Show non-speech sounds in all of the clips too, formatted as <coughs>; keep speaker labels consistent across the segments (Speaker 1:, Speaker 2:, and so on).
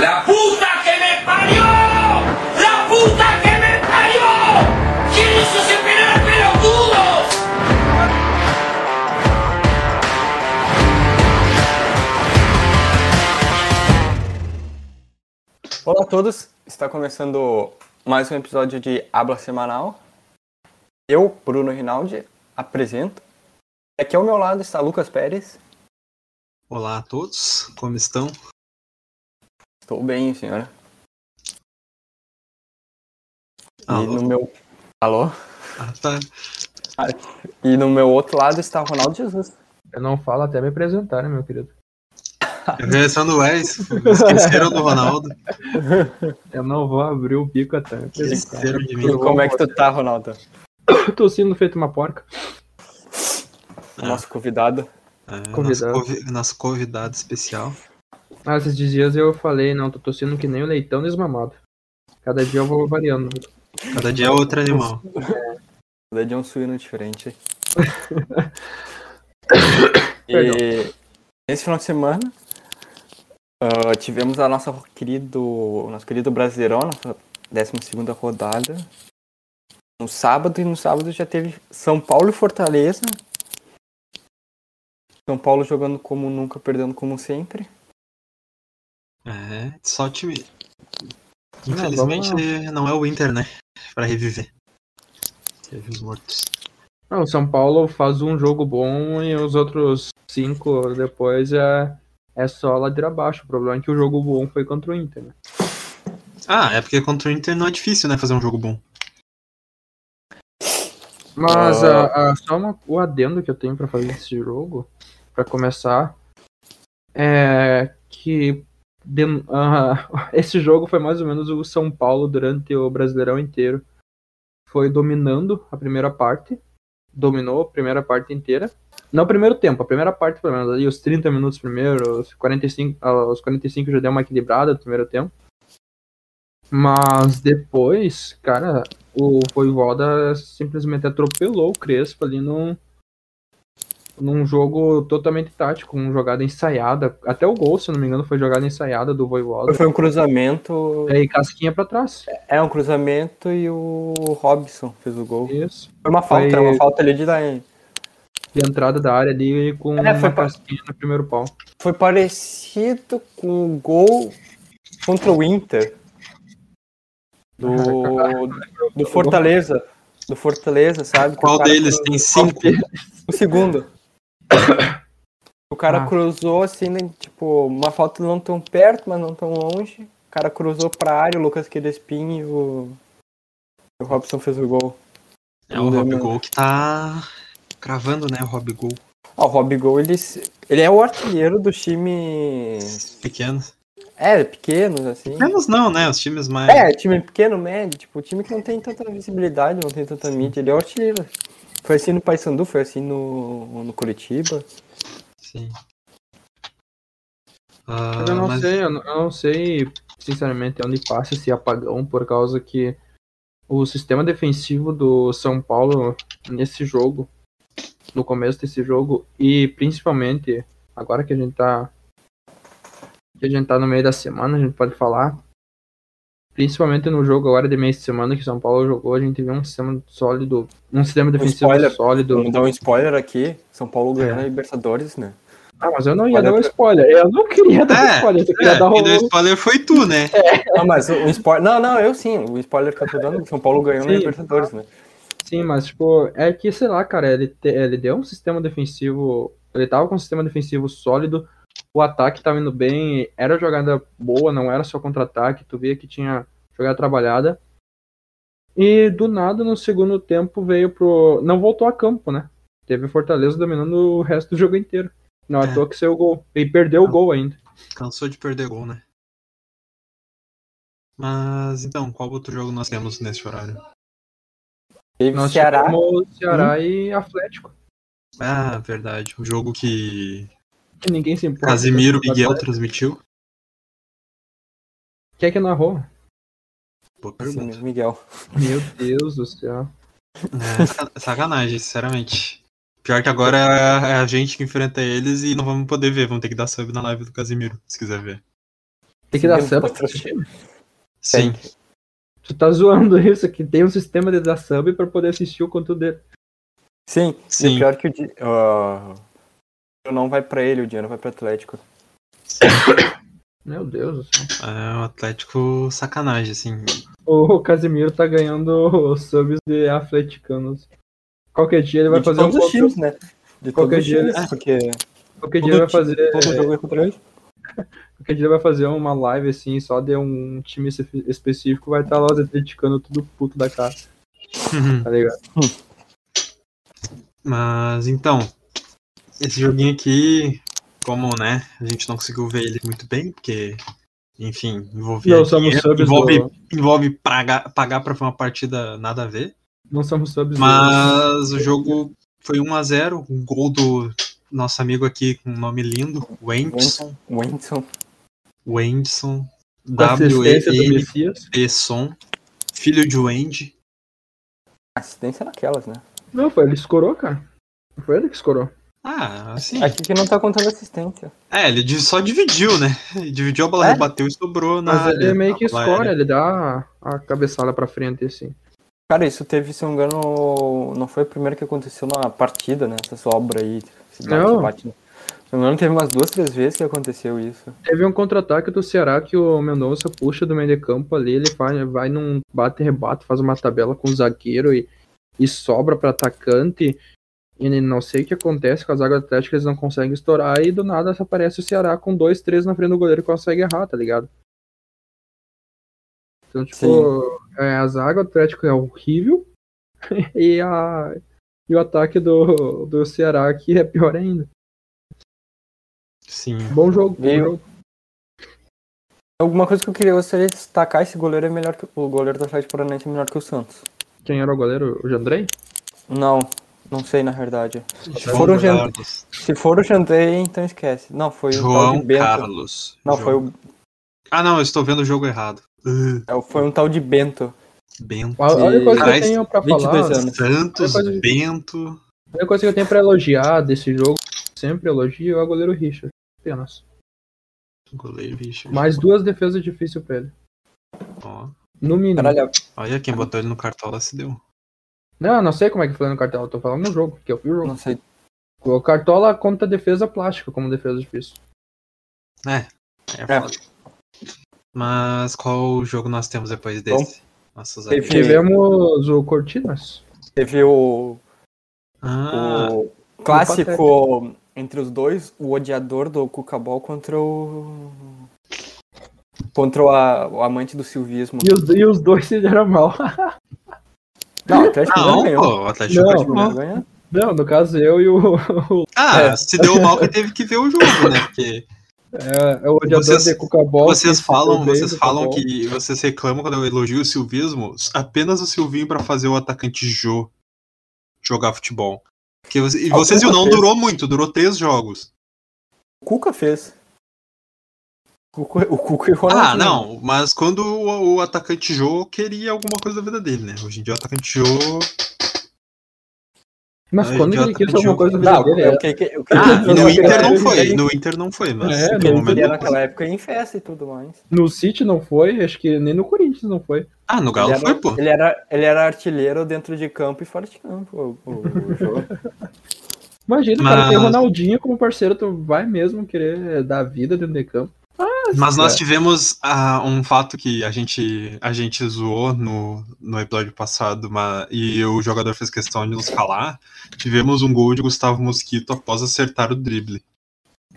Speaker 1: La puta que me parió! La puta que me parió! ¿Quién hizo ese penal, pelotudos?
Speaker 2: Olá a todos, está começando mais um episódio de Habla Semanal. Eu, Bruno Rinaldi, apresento. Aqui ao meu lado está Lucas Pérez.
Speaker 3: Olá a todos, como estão?
Speaker 2: Estou bem, senhora. E
Speaker 3: Alô.
Speaker 2: no meu. Alô?
Speaker 3: Ah, tá.
Speaker 2: E no meu outro lado está Ronaldo Jesus.
Speaker 4: Eu não falo até me apresentar, né, meu querido?
Speaker 3: A versão do Wes, esqueceram do Ronaldo,
Speaker 4: Eu não vou abrir o bico até me apresentar.
Speaker 3: esqueceram de
Speaker 2: E
Speaker 3: mim.
Speaker 2: como é que tu tá, Ronaldo?
Speaker 4: Eu tô sendo feito uma porca.
Speaker 2: Nosso convidado.
Speaker 3: É, nosso,
Speaker 4: Convidado.
Speaker 3: convi- nosso convidado especial.
Speaker 4: Ah, esses dias eu falei, não, tô tossindo que nem o leitão desmamado. Cada dia eu vou variando.
Speaker 3: Cada dia é outro animal.
Speaker 2: É de um suíno diferente. e
Speaker 4: <laughs> Perdão.
Speaker 2: nesse final de semana ah, tivemos a nossa querido, o nosso querido Brasileirão, nossa 12 rodada. No sábado, e no sábado já teve São Paulo e Fortaleza. São Paulo jogando como nunca, perdendo como sempre.
Speaker 3: É, só time.
Speaker 4: vamos lá.
Speaker 3: Infelizmente não é o Inter, né? Pra reviver. Teve os mortos.
Speaker 4: Não, o São Paulo faz um jogo bom e os outros cinco depois é, é só ladeira abaixo. O problema é que o jogo bom foi contra o Inter, né?
Speaker 3: Ah, é porque contra o Inter não é difícil, né? Fazer um jogo bom.
Speaker 4: Mas
Speaker 2: Ah.
Speaker 4: ah, ah, só uma- o adendo que eu tenho pra fazer desse jogo, pra começar, é que de- ah, <laughs> esse jogo foi mais ou menos o São Paulo durante o Brasileirão inteiro. Foi dominando a primeira parte, dominou a primeira parte inteira. Não o primeiro tempo, a primeira parte pelo menos, ali os 30 minutos primeiro, os 45, ah, os 45 já deu uma equilibrada no primeiro tempo. Mas depois, cara, o Voivoda simplesmente atropelou o Crespo ali num, num jogo totalmente tático, uma jogada ensaiada. Até o gol, se eu não me engano, foi jogada ensaiada do Voivoda. É,
Speaker 2: Foi um cruzamento.
Speaker 4: E casquinha pra trás.
Speaker 2: É um cruzamento e o Robson fez o gol.
Speaker 4: Isso.
Speaker 2: Foi uma falta,
Speaker 4: Foi-
Speaker 2: era uma falta ali de dar
Speaker 4: E a entrada da área ali com
Speaker 2: É, foi
Speaker 4: uma
Speaker 2: pra-
Speaker 4: casquinha no primeiro pau.
Speaker 2: foi parecido com o gol contra o Inter do, do Fortaleza. Do Fortaleza, sabe? Que o
Speaker 3: Qual
Speaker 2: cara
Speaker 3: deles
Speaker 2: cruzou-
Speaker 3: tem cinco?
Speaker 2: O
Speaker 3: <coughs>
Speaker 2: segundo. O cara
Speaker 4: Ah.
Speaker 2: cruzou assim, né, tipo, uma falta não tão perto, mas não tão longe. O cara cruzou pra área, o Lucas Quedespin e o. O Robson fez o gol.
Speaker 3: É o Rob Gol que tá cravando, né? O Rob Gol
Speaker 2: Ah, o Rob Gol, ele, se- ele é o artilheiro do time.
Speaker 3: pequeno.
Speaker 2: É, pequenos, assim.
Speaker 3: Menos não, né? Os times mais.
Speaker 2: É, time pequeno, médio, tipo, time que não tem tanta visibilidade, não tem tanta mídia, ele é o artilheiro. Foi assim no Paysandu, foi assim no, no Curitiba.
Speaker 3: Sim. Ah,
Speaker 4: Mas eu não
Speaker 3: mas-
Speaker 4: sei, eu não, eu não sei, sinceramente, onde passa esse apagão, por causa que o sistema defensivo do São Paulo nesse jogo, no começo desse jogo, e principalmente agora que a gente tá. Que a gente tá no meio da semana, a gente pode falar. Principalmente no jogo agora de meio de semana que o São Paulo jogou, a gente viu um sistema sólido. Um sistema defensivo
Speaker 2: spoiler.
Speaker 4: sólido.
Speaker 2: Vamos dar um spoiler aqui, São Paulo ganhando
Speaker 4: É.
Speaker 2: a Libertadores, né?
Speaker 4: Ah, mas eu não ia
Speaker 2: Olha
Speaker 4: dar um
Speaker 2: pra-
Speaker 4: spoiler. Eu não queria dar um
Speaker 3: É,
Speaker 4: spoiler, eu queria
Speaker 3: É,
Speaker 4: dar
Speaker 3: quem deu
Speaker 4: um.
Speaker 3: spoiler foi tu, né?
Speaker 2: Não, mas o, o spoiler... Não, não, eu sim, o spoiler que eu tô dando, São Paulo ganhou a
Speaker 4: Sim.
Speaker 2: Libertadores, né?
Speaker 4: Sim, mas, tipo, é que, sei lá, cara, ele, te- ele deu um sistema defensivo. Ele tava com um sistema defensivo sólido, o ataque tava indo bem, era jogada boa, não era só contra-ataque, tu via que tinha jogada trabalhada. E do nada, no segundo tempo, veio pro. Não voltou a campo, né? Teve o Fortaleza dominando o resto do jogo inteiro. Não à
Speaker 3: É.
Speaker 4: toa que saiu o gol. E perdeu o
Speaker 3: Ah.
Speaker 4: gol ainda.
Speaker 3: Cansou de perder gol, né? Mas então, qual outro jogo nós temos nesse horário?
Speaker 2: Teve
Speaker 4: Nós
Speaker 2: Ceará,
Speaker 4: tivemos Ceará e Atlético,
Speaker 3: Ah, verdade. O jogo que
Speaker 4: que ninguém se importa.
Speaker 3: Casimiro Miguel transmitiu.
Speaker 4: Quem é que narrou?
Speaker 3: Boa
Speaker 2: sim,
Speaker 3: pergunta.
Speaker 2: assim, né, Miguel.
Speaker 4: Meu Deus do céu.
Speaker 3: É, sa- sacanagem, sinceramente. Pior que agora é a gente que enfrenta eles e não vamos poder ver. Vamos ter que dar sub na live do Casimiro, se quiser ver.
Speaker 4: Tem que dar
Speaker 2: Sim,
Speaker 4: sub.
Speaker 2: patrocínio.
Speaker 3: Sim.
Speaker 4: Tu tá zoando <laughs> isso, que tem um sistema de dar sub pra poder assistir o conteúdo dele.
Speaker 2: Sim, e
Speaker 3: Sim.
Speaker 2: o pior que o di- ah, o não vai pra ele, o dinheiro vai pro Atlético.
Speaker 4: Meu Deus do céu.
Speaker 3: É o Atlético sacanagem, assim. <laughs>
Speaker 4: O Casemiro tá ganhando subs de atleticanos. Qualquer dia ele vai
Speaker 2: E de
Speaker 4: fazer um
Speaker 2: todos os
Speaker 4: contra...
Speaker 2: times, né? De
Speaker 4: Qualquer
Speaker 2: todos os
Speaker 4: dia,
Speaker 2: times,
Speaker 3: né?
Speaker 2: porque
Speaker 4: Qualquer dia
Speaker 2: todo,
Speaker 4: ele vai
Speaker 2: time-
Speaker 4: fazer.
Speaker 2: todo jogo é contra ele.
Speaker 4: Qualquer dia ele vai fazer uma live assim, só de um time espe- específico, vai estar tá lá os atleticanos tudo puto da cara, tá ligado?
Speaker 3: Mas então, esse joguinho aqui, como né, a gente não conseguiu ver ele muito bem, porque, enfim, envolvia
Speaker 4: Não somos
Speaker 3: dinheiro,
Speaker 4: subs
Speaker 3: envolve,
Speaker 4: do-
Speaker 3: envolve pagar, pagar pra uma partida nada a ver.
Speaker 4: Não somos subs
Speaker 3: Mas o jogo foi 1x0, um gol do nosso amigo aqui com um nome lindo, o Wendson.
Speaker 2: O Anderson,
Speaker 3: Wendson.
Speaker 4: do... com assistência do
Speaker 3: w
Speaker 4: Messias.
Speaker 3: e Son. Filho de Wendy.
Speaker 2: assistência naquelas, né?
Speaker 4: Não, foi ele que escorou, cara. Foi ele que escorou.
Speaker 3: Ah, assim.
Speaker 2: Aqui que não tá contando assistência.
Speaker 3: É, ele di- só dividiu, né? Ele dividiu a bola,
Speaker 2: É?
Speaker 3: rebateu e sobrou na.
Speaker 4: Mas ele
Speaker 3: área,
Speaker 4: meio que
Speaker 3: na área.
Speaker 2: né?
Speaker 4: escora, ele dá a cabeçada pra frente, assim.
Speaker 2: Cara, isso teve, se não me engano, não foi o primeiro que aconteceu na partida, né? Essa sobra aí. Se bate,
Speaker 4: Não.
Speaker 2: se bate. né? Se não me engano, teve umas duas, três vezes que aconteceu isso.
Speaker 4: Teve um contra-ataque do Ceará que o Mendonça puxa do meio de campo ali, ele vai, vai num bate-rebato, faz uma tabela com o zagueiro e, e sobra pra atacante. E não sei o que acontece com a zaga do Atlético, eles não conseguem estourar e do nada aparece o Ceará com dois, três na frente do goleiro e consegue errar, tá ligado? Então, tipo, é, a zaga do Atlético é horrível <laughs> e, a, e o ataque do, do Ceará aqui é pior ainda.
Speaker 3: Sim.
Speaker 4: Bom jogo, bom
Speaker 2: Veio-
Speaker 4: jogo.
Speaker 2: Alguma coisa que eu queria gostaria de destacar, esse goleiro é melhor que o goleiro do Atlético Paranaense é melhor que o Santos.
Speaker 4: Quem era o goleiro? O Jandrei?
Speaker 2: Não, não sei na verdade.
Speaker 3: João
Speaker 2: Foram gente-
Speaker 3: Carlos.
Speaker 2: Se for o Jandrei, então esquece. Não, foi o tal de
Speaker 3: João
Speaker 2: Bento.
Speaker 3: Carlos.
Speaker 2: Não,
Speaker 3: João-
Speaker 2: foi, o,
Speaker 3: Ah, não, eu estou vendo o jogo errado. Uh,
Speaker 2: é, foi um tal de Bento.
Speaker 3: Bento.
Speaker 4: Olha olha a coisa que eu
Speaker 3: Caralho,
Speaker 4: tenho pra
Speaker 2: 22
Speaker 4: falar.
Speaker 2: anos.
Speaker 3: Santos,
Speaker 4: Olha a coisa-
Speaker 3: Bento.
Speaker 4: Olha a coisa que eu tenho pra elogiar desse jogo. Sempre elogio é o goleiro Richard. Apenas.
Speaker 3: Goleiro, bicho.
Speaker 4: Mais duas defesas difíceis pra ele.
Speaker 3: Ó,
Speaker 4: No mínimo.
Speaker 2: Caralho,
Speaker 3: Olha quem botou ele no cartola se deu.
Speaker 4: Não, não sei como é que foi no cartola. Eu tô falando no jogo, que eu vi o jogo.
Speaker 2: não sei.
Speaker 4: O cartola conta defesa plástica como defesa difícil.
Speaker 3: É foda. Mas qual o jogo nós temos depois
Speaker 2: Bom,
Speaker 3: desse? Nossa,
Speaker 2: teve-
Speaker 3: zagueiro.
Speaker 4: Tivemos o Cortinas.
Speaker 2: Teve o,
Speaker 3: Ah,
Speaker 2: o clássico entre os dois, o odiador do Cucabol contra o. Contra o, a- o amante do silvismo.
Speaker 4: E os, e os dois <laughs> se deram mal.
Speaker 2: Não,
Speaker 3: <laughs>
Speaker 2: o Atlético
Speaker 3: não,
Speaker 2: não ganhou.
Speaker 3: pô, o Atlético
Speaker 4: Não,
Speaker 2: O
Speaker 3: continuou.
Speaker 2: Atlético ganhou.
Speaker 4: Não, no caso eu e o.
Speaker 3: Ah,
Speaker 2: É.
Speaker 3: se deu mal que teve que ver o jogo, né?
Speaker 2: <laughs>
Speaker 3: Porque
Speaker 4: É, é o odiador
Speaker 3: Vocês-
Speaker 4: de Cucabol.
Speaker 3: vocês falam, vocês
Speaker 4: tá
Speaker 3: falam que vocês reclamam quando eu elogio o Silvismo, apenas o Silvinho pra fazer o atacante Jô jogar futebol. Porque você- e
Speaker 2: Alguma
Speaker 3: vocês viram, não
Speaker 2: vez.
Speaker 3: durou muito, durou três jogos.
Speaker 2: O Cuca fez. O Cuca, o Cuca e o
Speaker 3: Ah,
Speaker 2: Ronaldinho.
Speaker 3: não, mas quando o, o atacante Jô queria alguma coisa da vida dele, né? Hoje em dia o atacante Jô
Speaker 4: Mas
Speaker 3: Ai,
Speaker 4: quando que ele
Speaker 3: idiota,
Speaker 4: quis alguma
Speaker 3: idiota.
Speaker 4: coisa na vida
Speaker 2: Não,
Speaker 4: dele,
Speaker 2: eu que, eu que,
Speaker 3: Ah,
Speaker 2: eu
Speaker 3: no
Speaker 2: que-
Speaker 3: Inter não
Speaker 2: eu
Speaker 3: foi,
Speaker 2: que-
Speaker 3: no Inter não foi, mas
Speaker 4: É,
Speaker 3: em algum
Speaker 4: no
Speaker 2: eu
Speaker 4: Inter
Speaker 2: que
Speaker 3: momento-
Speaker 2: ia naquela época em festa e tudo mais.
Speaker 4: No City não foi, acho que nem no Corinthians não foi.
Speaker 3: Ah, no
Speaker 2: Ele
Speaker 3: Galo
Speaker 2: era-
Speaker 3: foi, pô.
Speaker 2: Ele era, ele era artilheiro dentro de campo e fora de campo. O, o, o jogo.
Speaker 3: <laughs>
Speaker 4: Imagina,
Speaker 3: Mas-
Speaker 4: cara, ter Ronaldinho como parceiro, tu vai mesmo querer dar vida dentro de campo.
Speaker 3: Mas nós
Speaker 4: É.
Speaker 3: tivemos ah, um fato que a gente, a gente zoou no, no episódio passado mas- e o jogador fez questão de nos falar. Tivemos um gol de Gustavo Mosquito após acertar o drible.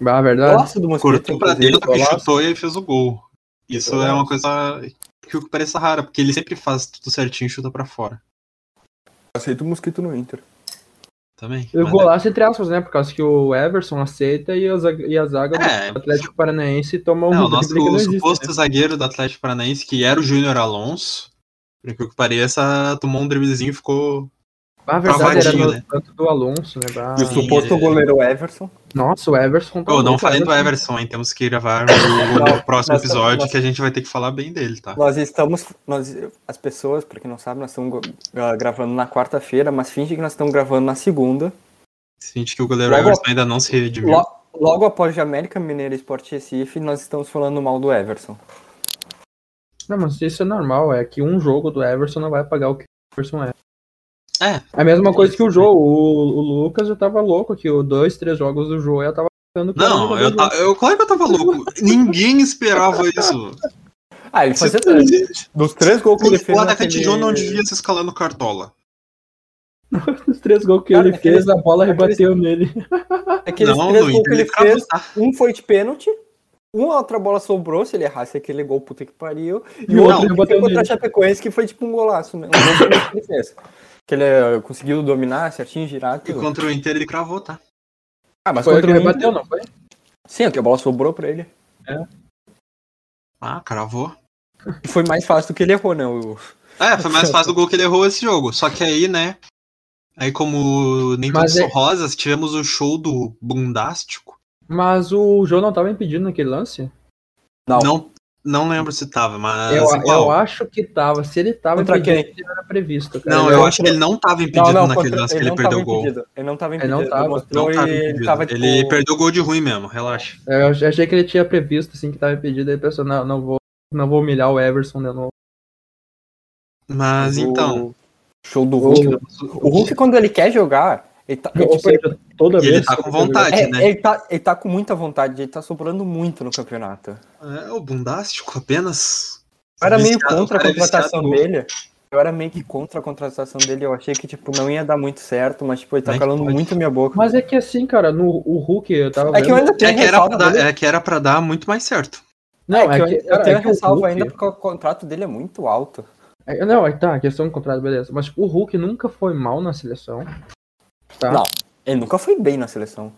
Speaker 4: Ah, verdade.
Speaker 2: Gosto do Mosquito.
Speaker 3: Cortou pra
Speaker 2: inclusive.
Speaker 3: dentro,
Speaker 4: golaço.
Speaker 3: chutou e fez o gol. Isso é uma coisa que parece rara, porque ele sempre faz tudo certinho e chuta pra fora
Speaker 2: Aceito o Mosquito no Inter.
Speaker 3: também.
Speaker 4: Eu
Speaker 3: Mas é,
Speaker 4: golaço entre aspas, né? Por causa que o Everson aceita e a zaga, e a zaga
Speaker 3: É.
Speaker 4: do Atlético Paranaense toma um
Speaker 3: Não, o
Speaker 4: drible
Speaker 3: nosso
Speaker 4: que né? não existe,
Speaker 3: suposto
Speaker 4: né?
Speaker 3: zagueiro do Atlético Paranaense, que era o Júnior Alonso, por que pareça, tomou um driblezinho e ficou.
Speaker 4: Ah, verdade, era
Speaker 3: travadinho,
Speaker 4: no
Speaker 3: né?
Speaker 4: canto do Alonso, né? Ah,
Speaker 2: e o
Speaker 3: sim,
Speaker 2: suposto
Speaker 3: ele-
Speaker 2: goleiro Everson.
Speaker 4: Nossa, o Everson tá
Speaker 3: Eu não assim.
Speaker 4: louco,
Speaker 3: falei do Everson, hein? Temos que gravar o,
Speaker 2: Não,
Speaker 3: o próximo
Speaker 2: nós-
Speaker 3: episódio
Speaker 2: nós-
Speaker 3: que a gente vai ter que falar bem dele, tá?
Speaker 2: Nós estamos. Nós, as pessoas, pra quem não sabe, nós estamos go- ah, gravando na quarta-feira, mas finge que nós estamos gravando na segunda.
Speaker 3: Finge que o goleiro
Speaker 2: Logo-
Speaker 3: Everson ainda não se redimiu.
Speaker 2: Lo- Logo, logo após de América Mineira Esporte Recife, nós estamos falando mal do Everson.
Speaker 4: Não, mas isso é normal, é que um jogo do Everson não vai pagar o que o Everson é.
Speaker 3: É.
Speaker 4: É a mesma coisa que o Joe. O, o Lucas já tava louco que o dois, três jogos do Joe eu tava ficando com
Speaker 3: Não,
Speaker 4: ele.
Speaker 3: eu, ta- eu claro que eu tava louco. Ninguém esperava isso.
Speaker 2: Ah, ele
Speaker 3: Se
Speaker 2: fazia três. Dos três gols que ele
Speaker 3: o
Speaker 2: fez.
Speaker 3: atacante
Speaker 2: naquele-
Speaker 3: John não devia se escalar no Cartola.
Speaker 4: Os três gols que
Speaker 2: Cara,
Speaker 4: ele fez, a bola rebateu nele.
Speaker 2: Aqueles
Speaker 3: não,
Speaker 2: três
Speaker 3: não
Speaker 2: gols que ele
Speaker 3: cravo-
Speaker 2: fez,
Speaker 3: ah,
Speaker 2: um foi de pênalti, uma outra bola sobrou, se ele errasse aquele gol, puta que pariu. E
Speaker 4: Não,
Speaker 2: o outro
Speaker 4: ele
Speaker 2: ele
Speaker 4: bateu
Speaker 2: foi contra a
Speaker 4: nele.
Speaker 2: Chapecoense, que foi tipo um golaço, né? Um gol que ele fez. Que ele eh, conseguiu dominar certinho, girar.
Speaker 3: E
Speaker 2: Tudo.
Speaker 3: contra o Inter ele cravou, tá?
Speaker 2: Ah, mas
Speaker 4: foi o que
Speaker 2: contra o Inter-
Speaker 4: rebateu, não foi?
Speaker 2: Sim, é que a bola sobrou pra ele.
Speaker 3: Ah, cravou.
Speaker 2: E foi mais fácil do que ele errou, né? O...
Speaker 3: É, foi mais fácil do gol que ele errou esse jogo. Só que aí, né? Aí, como nem todos
Speaker 4: Mas
Speaker 3: são
Speaker 4: é-
Speaker 3: rosas, tivemos o show do Bundástico.
Speaker 4: Mas o Joe não tava impedindo naquele lance?
Speaker 2: Não.
Speaker 3: Não, não lembro se tava, mas.
Speaker 4: eu,
Speaker 3: igual.
Speaker 4: eu acho que tava. Se ele tava
Speaker 2: Contra
Speaker 4: impedindo, ele não era previsto. Cara.
Speaker 3: Não, eu acho que ele não tava impedido naquele
Speaker 2: contra-
Speaker 3: lance que ele, perdeu o gol.
Speaker 2: impedido. Ele não tava
Speaker 4: Ele
Speaker 2: impedido.
Speaker 4: não
Speaker 2: Ele
Speaker 4: tava.
Speaker 2: mostrou
Speaker 3: Não
Speaker 2: e
Speaker 3: tava
Speaker 2: ele
Speaker 3: impedido.
Speaker 2: tava tipo...
Speaker 3: Ele perdeu o gol de ruim mesmo, relaxa.
Speaker 4: Eu ach- achei que ele tinha previsto, assim, que tava impedido. Aí ele pensou, não, não vou, não vou humilhar o Everson de novo.
Speaker 3: Mas
Speaker 2: o
Speaker 3: então.
Speaker 2: Show do
Speaker 4: O-
Speaker 2: Hulk. O Hulk, quando ele quer jogar, ele tá, é,
Speaker 4: Ou
Speaker 2: tipo,
Speaker 4: seja, toda
Speaker 3: E
Speaker 4: vez.
Speaker 3: ele tá com vontade,
Speaker 2: é,
Speaker 3: né?
Speaker 2: ele, tá, ele tá com muita vontade, ele tá sobrando muito no campeonato.
Speaker 3: É, o Bundástico apenas.
Speaker 2: Eu era meio
Speaker 3: Viciado,
Speaker 2: contra
Speaker 3: o
Speaker 2: a
Speaker 3: cara é
Speaker 2: contratação
Speaker 3: viciado.
Speaker 2: dele. Eu era meio que contra a contratação dele. Eu achei que, tipo, não ia dar muito certo, mas, tipo, ele tá
Speaker 3: Mas
Speaker 2: calando
Speaker 3: pode.
Speaker 2: muito minha boca.
Speaker 4: Mas é que assim, cara, no o Hulk, eu tava
Speaker 2: é que eu
Speaker 4: vendo-
Speaker 2: ainda tenho
Speaker 3: É que, era pra
Speaker 2: ressalva
Speaker 3: dar,
Speaker 2: dele.
Speaker 3: é que era pra dar muito mais certo.
Speaker 4: Não,
Speaker 2: É que eu- eu
Speaker 4: cara,
Speaker 2: tenho
Speaker 4: é que o
Speaker 2: ressalva
Speaker 4: Hulk-
Speaker 2: ainda porque o contrato dele é muito alto.
Speaker 4: É, não, aí tá, questão do contrato, beleza. Mas tipo, o Hulk nunca foi mal na seleção. Tá?
Speaker 2: Não. Ele nunca foi bem na seleção.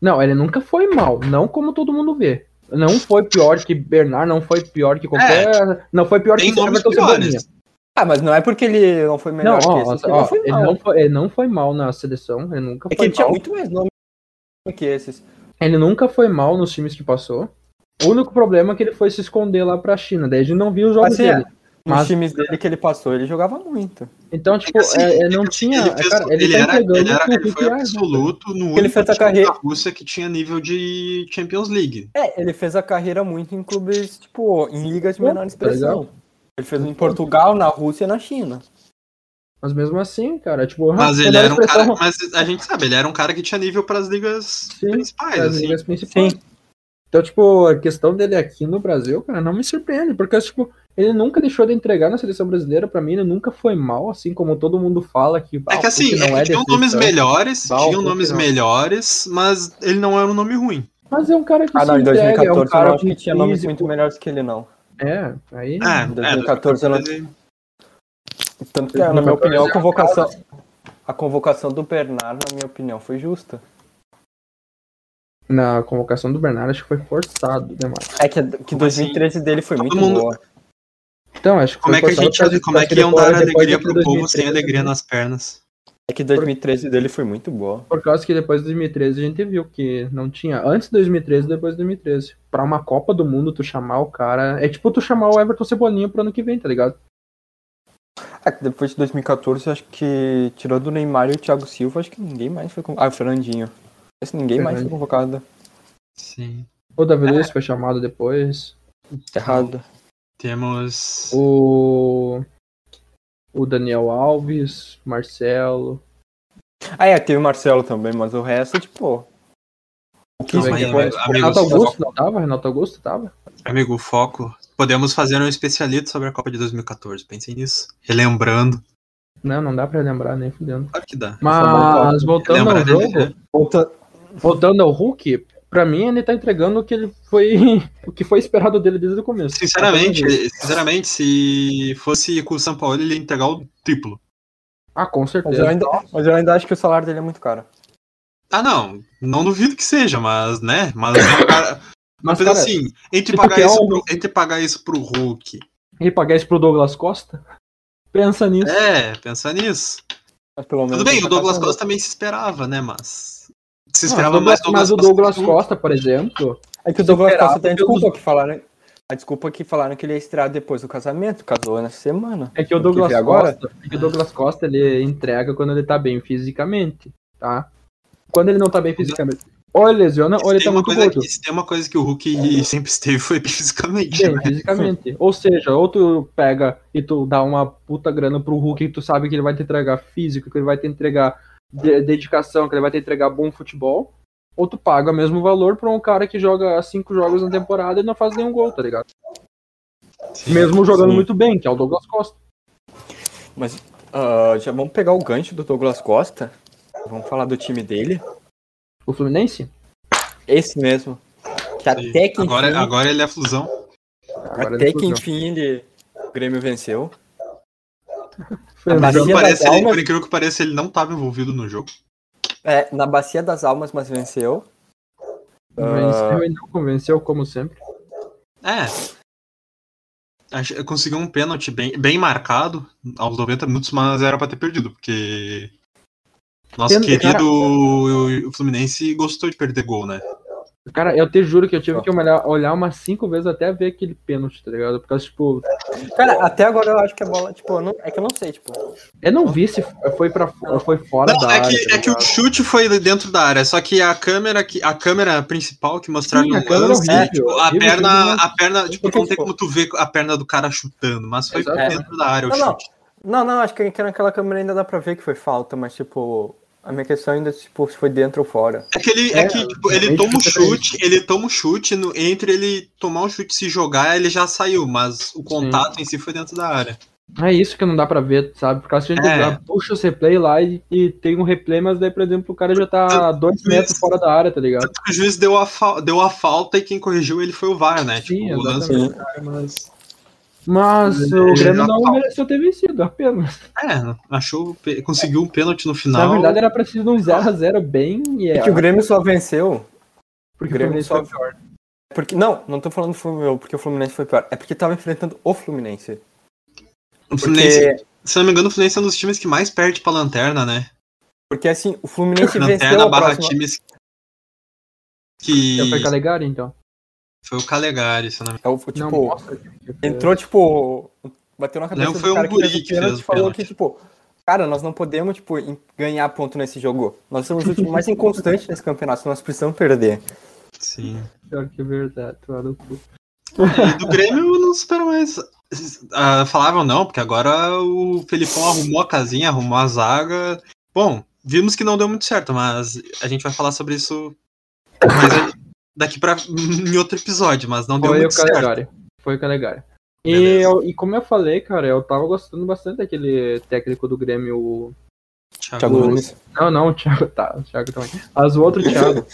Speaker 4: Não, ele nunca foi mal. Não como todo mundo vê. Não foi pior que Bernard, não foi pior que qualquer. não foi pior
Speaker 3: É, Tem
Speaker 4: que
Speaker 3: nomes
Speaker 4: Everton Cebolinha.
Speaker 3: piores.
Speaker 2: Ah, mas não é porque ele não foi
Speaker 4: Não,
Speaker 2: melhor
Speaker 4: ó,
Speaker 2: que esse.
Speaker 4: ó,
Speaker 2: ele não foi
Speaker 4: ele,
Speaker 2: mal.
Speaker 4: não foi, ele não foi mal na seleção. Ele nunca
Speaker 2: É que
Speaker 4: foi
Speaker 2: ele tinha
Speaker 4: mal.
Speaker 2: muito mais nome que esses.
Speaker 4: Ele nunca foi mal nos times que passou. O único problema é que ele foi se esconder lá pra China. Daí a gente não viu os jogos
Speaker 2: Mas, é,
Speaker 4: dele.
Speaker 2: Nos
Speaker 4: Mas-
Speaker 2: times dele que ele passou, ele jogava muito.
Speaker 4: Então,
Speaker 3: É
Speaker 4: tipo,
Speaker 3: que, assim,
Speaker 4: é- é, não
Speaker 3: é que, assim,
Speaker 4: tinha.
Speaker 3: Ele, fez-
Speaker 4: cara, ele,
Speaker 3: ele
Speaker 4: tá
Speaker 3: era,
Speaker 4: entregando
Speaker 3: ele, era,
Speaker 4: o que o
Speaker 3: ele
Speaker 4: Hulk
Speaker 3: foi
Speaker 4: é.
Speaker 3: absoluto no
Speaker 2: Ele
Speaker 3: único
Speaker 2: fez a
Speaker 3: time
Speaker 2: carreira-
Speaker 3: da Rússia que tinha nível de Champions League.
Speaker 2: É, ele fez a carreira muito em clubes, tipo, em ligas de
Speaker 4: Pô,
Speaker 2: menor expressão. ele fez em Portugal, na Rússia e na China.
Speaker 4: Tipo Mas mesmo assim, cara, tipo,
Speaker 3: Mas
Speaker 4: <laughs> ah,
Speaker 3: ele
Speaker 4: menor
Speaker 3: era um cara.
Speaker 4: expressão-
Speaker 3: Mas a gente sabe, ele era um cara que tinha nível pras ligas
Speaker 4: Sim,
Speaker 3: principais,
Speaker 4: das
Speaker 3: assim.
Speaker 4: ligas principais. Então, tipo, a questão dele aqui no Brasil, cara, não me surpreende, porque, tipo, ele nunca deixou de entregar na seleção brasileira, pra mim, ele nunca foi mal, assim como todo mundo fala que.
Speaker 3: É que
Speaker 4: ah,
Speaker 3: assim,
Speaker 4: o
Speaker 3: é
Speaker 4: Hulk
Speaker 3: que tinham
Speaker 4: defeição.
Speaker 3: nomes melhores,
Speaker 4: Não,
Speaker 3: tinham
Speaker 4: o Hulk
Speaker 3: nomes
Speaker 4: não.
Speaker 3: melhores, mas ele não era um nome ruim.
Speaker 4: Mas é um cara que
Speaker 2: Ah,
Speaker 4: se
Speaker 2: não, em
Speaker 4: entrega,
Speaker 2: 2014
Speaker 4: é um cara
Speaker 2: eu acho que tinha nomes
Speaker 4: físico.
Speaker 2: muito melhores que ele, não.
Speaker 4: É, aí.
Speaker 3: É,
Speaker 2: Em
Speaker 3: é,
Speaker 2: 2014 ela-
Speaker 3: ele-
Speaker 2: Tanto que, na minha
Speaker 4: 2014
Speaker 2: opinião,
Speaker 4: é
Speaker 2: a convocação, a convocação do Bernardo, na minha opinião, foi justa.
Speaker 4: Na convocação do Bernardo, acho que foi forçado demais.
Speaker 2: É que, que
Speaker 3: Como assim?
Speaker 2: 2013 dele foi muito
Speaker 3: mundo-
Speaker 2: boa.
Speaker 4: Então, acho que
Speaker 3: Como é
Speaker 4: foi
Speaker 3: que a
Speaker 4: forçado
Speaker 3: gente,
Speaker 4: por causa de-
Speaker 3: como é
Speaker 4: porque
Speaker 3: que iam
Speaker 4: depois-
Speaker 3: dar
Speaker 4: depois
Speaker 3: alegria
Speaker 4: de
Speaker 3: pro povo
Speaker 4: 2013,
Speaker 3: sem alegria nas pernas?
Speaker 2: É que 2013 dele foi muito boa.
Speaker 4: Por causa que depois de 2013 a gente viu que não tinha. Antes de 2013, depois de 2013. Pra uma Copa do Mundo, tu chamar o cara. É tipo tu chamar o Everton Cebolinha pro ano que vem, tá ligado?
Speaker 2: É que depois de 2014, acho que, tirando o Neymar e o Thiago Silva, acho que ninguém mais foi convocado. Ah, o Fernandinho. Acho que ninguém mais foi convocado.
Speaker 3: Sim.
Speaker 4: O
Speaker 3: É.
Speaker 4: Davi Luiz foi chamado depois.
Speaker 2: Errado.
Speaker 3: Temos.
Speaker 4: O. O Daniel Alves, Marcelo.
Speaker 2: Ah, é, teve o Marcelo também, mas o resto, tipo. O que
Speaker 4: Calma aí,
Speaker 2: depois-
Speaker 3: amigo, amigo,
Speaker 4: é Renato
Speaker 3: só-
Speaker 4: Augusto não tava? Renato Augusto tava?
Speaker 3: Amigo, foco. Podemos fazer um especialito sobre a Copa de 2014. Pensem nisso. Relembrando.
Speaker 4: Não, não dá pra lembrar nem fudendo.
Speaker 3: Claro que dá.
Speaker 4: Mas voltando
Speaker 3: Lembrar
Speaker 4: ao
Speaker 3: dele,
Speaker 4: jogo,
Speaker 3: né?
Speaker 2: Volta-
Speaker 4: voltando ao Hulk, pra mim ele tá entregando o que ele foi. <laughs> o que foi esperado dele desde o começo.
Speaker 3: Sinceramente, sinceramente, se fosse com o São Paulo, ele ia entregar o triplo.
Speaker 4: Ah, com
Speaker 2: Mas
Speaker 4: certeza.
Speaker 2: eu, ainda, mas eu ainda acho que o salário dele é muito caro.
Speaker 3: Ah, não. Não duvido que seja, mas, né? Mas, cara, mas
Speaker 4: cara,
Speaker 3: assim, entre
Speaker 4: se tu
Speaker 3: pagar,
Speaker 4: quer
Speaker 3: isso
Speaker 4: um-
Speaker 3: pro, entre pagar isso pro Hulk.
Speaker 4: E pagar isso pro Douglas Costa? Pensa nisso.
Speaker 3: É, pensa nisso.
Speaker 2: Mas pelo menos
Speaker 3: Tudo bem,
Speaker 2: ele
Speaker 3: o
Speaker 2: tá
Speaker 3: Douglas
Speaker 2: fazendo.
Speaker 3: Costa também se esperava, né? Mas. Se
Speaker 4: Não,
Speaker 3: esperava mais
Speaker 4: Douglas-
Speaker 3: Douglas
Speaker 4: mas o Douglas
Speaker 3: do que o
Speaker 4: Costa, por exemplo.
Speaker 2: É que o Douglas
Speaker 4: Superava
Speaker 2: Costa tem a
Speaker 4: pelos-
Speaker 2: desculpa que falaram. A desculpa que falaram que ele ia estrear depois do casamento. Casou nessa semana.
Speaker 4: É que o
Speaker 2: Tem que
Speaker 4: Douglas
Speaker 2: ver agora?
Speaker 4: Costa. é que o Douglas Costa ele entrega quando ele tá bem fisicamente, tá? Quando ele não tá bem fisicamente. Ou ele lesiona, ou
Speaker 3: Se
Speaker 4: ele
Speaker 3: tem
Speaker 4: tá
Speaker 3: uma
Speaker 4: muito
Speaker 3: coisa
Speaker 4: gordo. É.
Speaker 3: que- se tem uma coisa que o Hulk sempre esteve foi <laughs> fisicamente,
Speaker 4: Bem,
Speaker 3: né?
Speaker 4: fisicamente. Ou seja, ou tu pega e tu dá uma puta grana pro Hulk e tu sabe que ele vai te entregar físico, que ele vai te entregar de- dedicação, que ele vai te entregar bom futebol. Ou tu paga o mesmo valor pra um cara que joga cinco jogos na temporada e não faz nenhum gol, tá ligado?
Speaker 3: Sim.
Speaker 4: mesmo jogando
Speaker 2: sim.
Speaker 4: muito bem, que é o Douglas Costa.
Speaker 2: Mas ah, já vamos pegar o gancho do Douglas Costa. Vamos falar do time dele.
Speaker 4: O Fluminense?
Speaker 2: Esse mesmo. Que
Speaker 3: Sim.
Speaker 2: até que enfim,
Speaker 3: Agora, agora ele é a fusão.
Speaker 4: Agora
Speaker 2: até
Speaker 4: ele
Speaker 2: que
Speaker 4: fugiu.
Speaker 2: enfim ele, o Grêmio venceu.
Speaker 4: Foi
Speaker 2: a
Speaker 4: um
Speaker 3: Por
Speaker 2: Bacia
Speaker 3: incrível
Speaker 4: jogo-
Speaker 3: que
Speaker 2: das
Speaker 3: pareça, ele-
Speaker 2: Almas-
Speaker 3: por incrível que pareça, ele não estava envolvido no jogo.
Speaker 2: É, na Bacia das Almas, mas venceu.
Speaker 4: Venceu e não convenceu, como sempre.
Speaker 3: É. Acho- Conseguiu um pênalti bem, bem marcado aos 90 minutos, mas era pra ter perdido, porque. Nosso
Speaker 4: Pênalti,
Speaker 3: querido
Speaker 4: cara.
Speaker 3: o- o Fluminense gostou de perder gol, né?
Speaker 4: Cara, eu te juro que eu tive que olhar, olhar umas cinco vezes até ver aquele pênalti, tá ligado? Porque, tipo,
Speaker 2: Cara, até agora eu acho que a bola, tipo, eu não- é que eu não sei, tipo.
Speaker 4: eu não vi se foi, pra, fo- foi fora
Speaker 3: Não,
Speaker 4: da
Speaker 3: é,
Speaker 4: área.
Speaker 3: que,
Speaker 4: tá
Speaker 3: é que o
Speaker 4: ligado?
Speaker 3: chute foi dentro da área, só que a câmera, que, a câmera principal que mostraram
Speaker 4: Sim,
Speaker 3: no
Speaker 4: a câmera
Speaker 3: lance,
Speaker 4: horrível,
Speaker 3: tipo, a
Speaker 4: horrível, né?
Speaker 3: perna,
Speaker 4: horrível.
Speaker 3: a perna, tipo,
Speaker 2: Porque,
Speaker 3: não tem
Speaker 2: tipo,
Speaker 3: como tu ver a perna do cara chutando, mas foi
Speaker 4: Exato.
Speaker 3: dentro da área o
Speaker 2: Não, não.
Speaker 3: chute.
Speaker 2: Não, não, acho que que naquela câmera ainda dá pra ver que foi falta, mas tipo, a minha questão ainda tipo, se foi dentro ou fora.
Speaker 3: É que, ele, é,
Speaker 4: É,
Speaker 3: que tipo,
Speaker 4: realmente
Speaker 3: ele toma um
Speaker 4: fica triste.
Speaker 3: chute, ele toma um chute, no, entre ele tomar um chute e se jogar, ele já saiu, mas o contato em si foi dentro da área.
Speaker 4: É isso que não dá pra ver, sabe? Por causa que a gente
Speaker 3: É.
Speaker 4: já puxa os replay lá e, e tem um replay, mas daí, por exemplo, o cara já tá a dois metros fora da área, tá ligado?
Speaker 3: O juiz deu a, fa- deu a falta e quem corrigiu ele foi o VAR, né?
Speaker 4: Sim,
Speaker 3: Tipo, o lance-
Speaker 4: exatamente. Mas o
Speaker 3: Ele é
Speaker 4: Grêmio
Speaker 3: já
Speaker 4: não
Speaker 3: fala.
Speaker 4: mereceu ter vencido, apenas.
Speaker 3: É, achou, pe- conseguiu um pênalti no final.
Speaker 4: Na verdade, era preciso de um 0x0 bem e
Speaker 2: É que o Grêmio só venceu.
Speaker 4: porque
Speaker 2: o Grêmio
Speaker 4: Fluminense
Speaker 2: só-
Speaker 4: foi pior.
Speaker 2: Porque, não, não tô falando do Fluminense, porque o Fluminense foi pior. É porque tava enfrentando o Fluminense.
Speaker 3: o Fluminense,
Speaker 2: Porque,
Speaker 3: se não me engano, o Fluminense é um dos times que mais perde pra lanterna, né?
Speaker 2: porque assim, o Fluminense venceu
Speaker 3: lanterna
Speaker 2: a
Speaker 3: barra
Speaker 2: próxima.
Speaker 3: times que.
Speaker 4: Então foi Calegari, então.
Speaker 3: Foi o Calegari, se eu não me
Speaker 2: É o, tipo,
Speaker 4: Não, mostra aqui.
Speaker 2: entrou, tipo, bateu na cabeça
Speaker 3: Não, foi
Speaker 2: do
Speaker 3: um
Speaker 2: cara que
Speaker 3: guri
Speaker 2: fez o
Speaker 3: que fez
Speaker 2: pênalti
Speaker 3: o
Speaker 2: e falou
Speaker 3: pênalti.
Speaker 2: que, tipo, cara, nós não podemos, tipo, em- ganhar ponto nesse jogo. Nós somos o time mais inconstante nesse campeonato, nós precisamos perder.
Speaker 3: Tá engano. Sim.
Speaker 4: Pior que é verdade, tá tu era o cu.
Speaker 3: E do Grêmio eu não espero mais. Ah, falavam não, porque agora o Felipão arrumou a casinha, arrumou a zaga. Bom, vimos que não deu muito certo, mas a gente vai falar sobre isso mais a- daqui pra, em outro episódio, mas não deu
Speaker 4: Foi o
Speaker 3: muito certo.
Speaker 4: Calegari. Foi o Calegari. E,
Speaker 3: Beleza.
Speaker 4: eu- e como eu falei, cara, eu tava gostando bastante daquele técnico do Grêmio, o
Speaker 2: Thiago
Speaker 3: Thiago Nunes.
Speaker 2: Gomes.
Speaker 4: Não, não, o Thiago tá, o Thiago também. Mas o outro Thiago,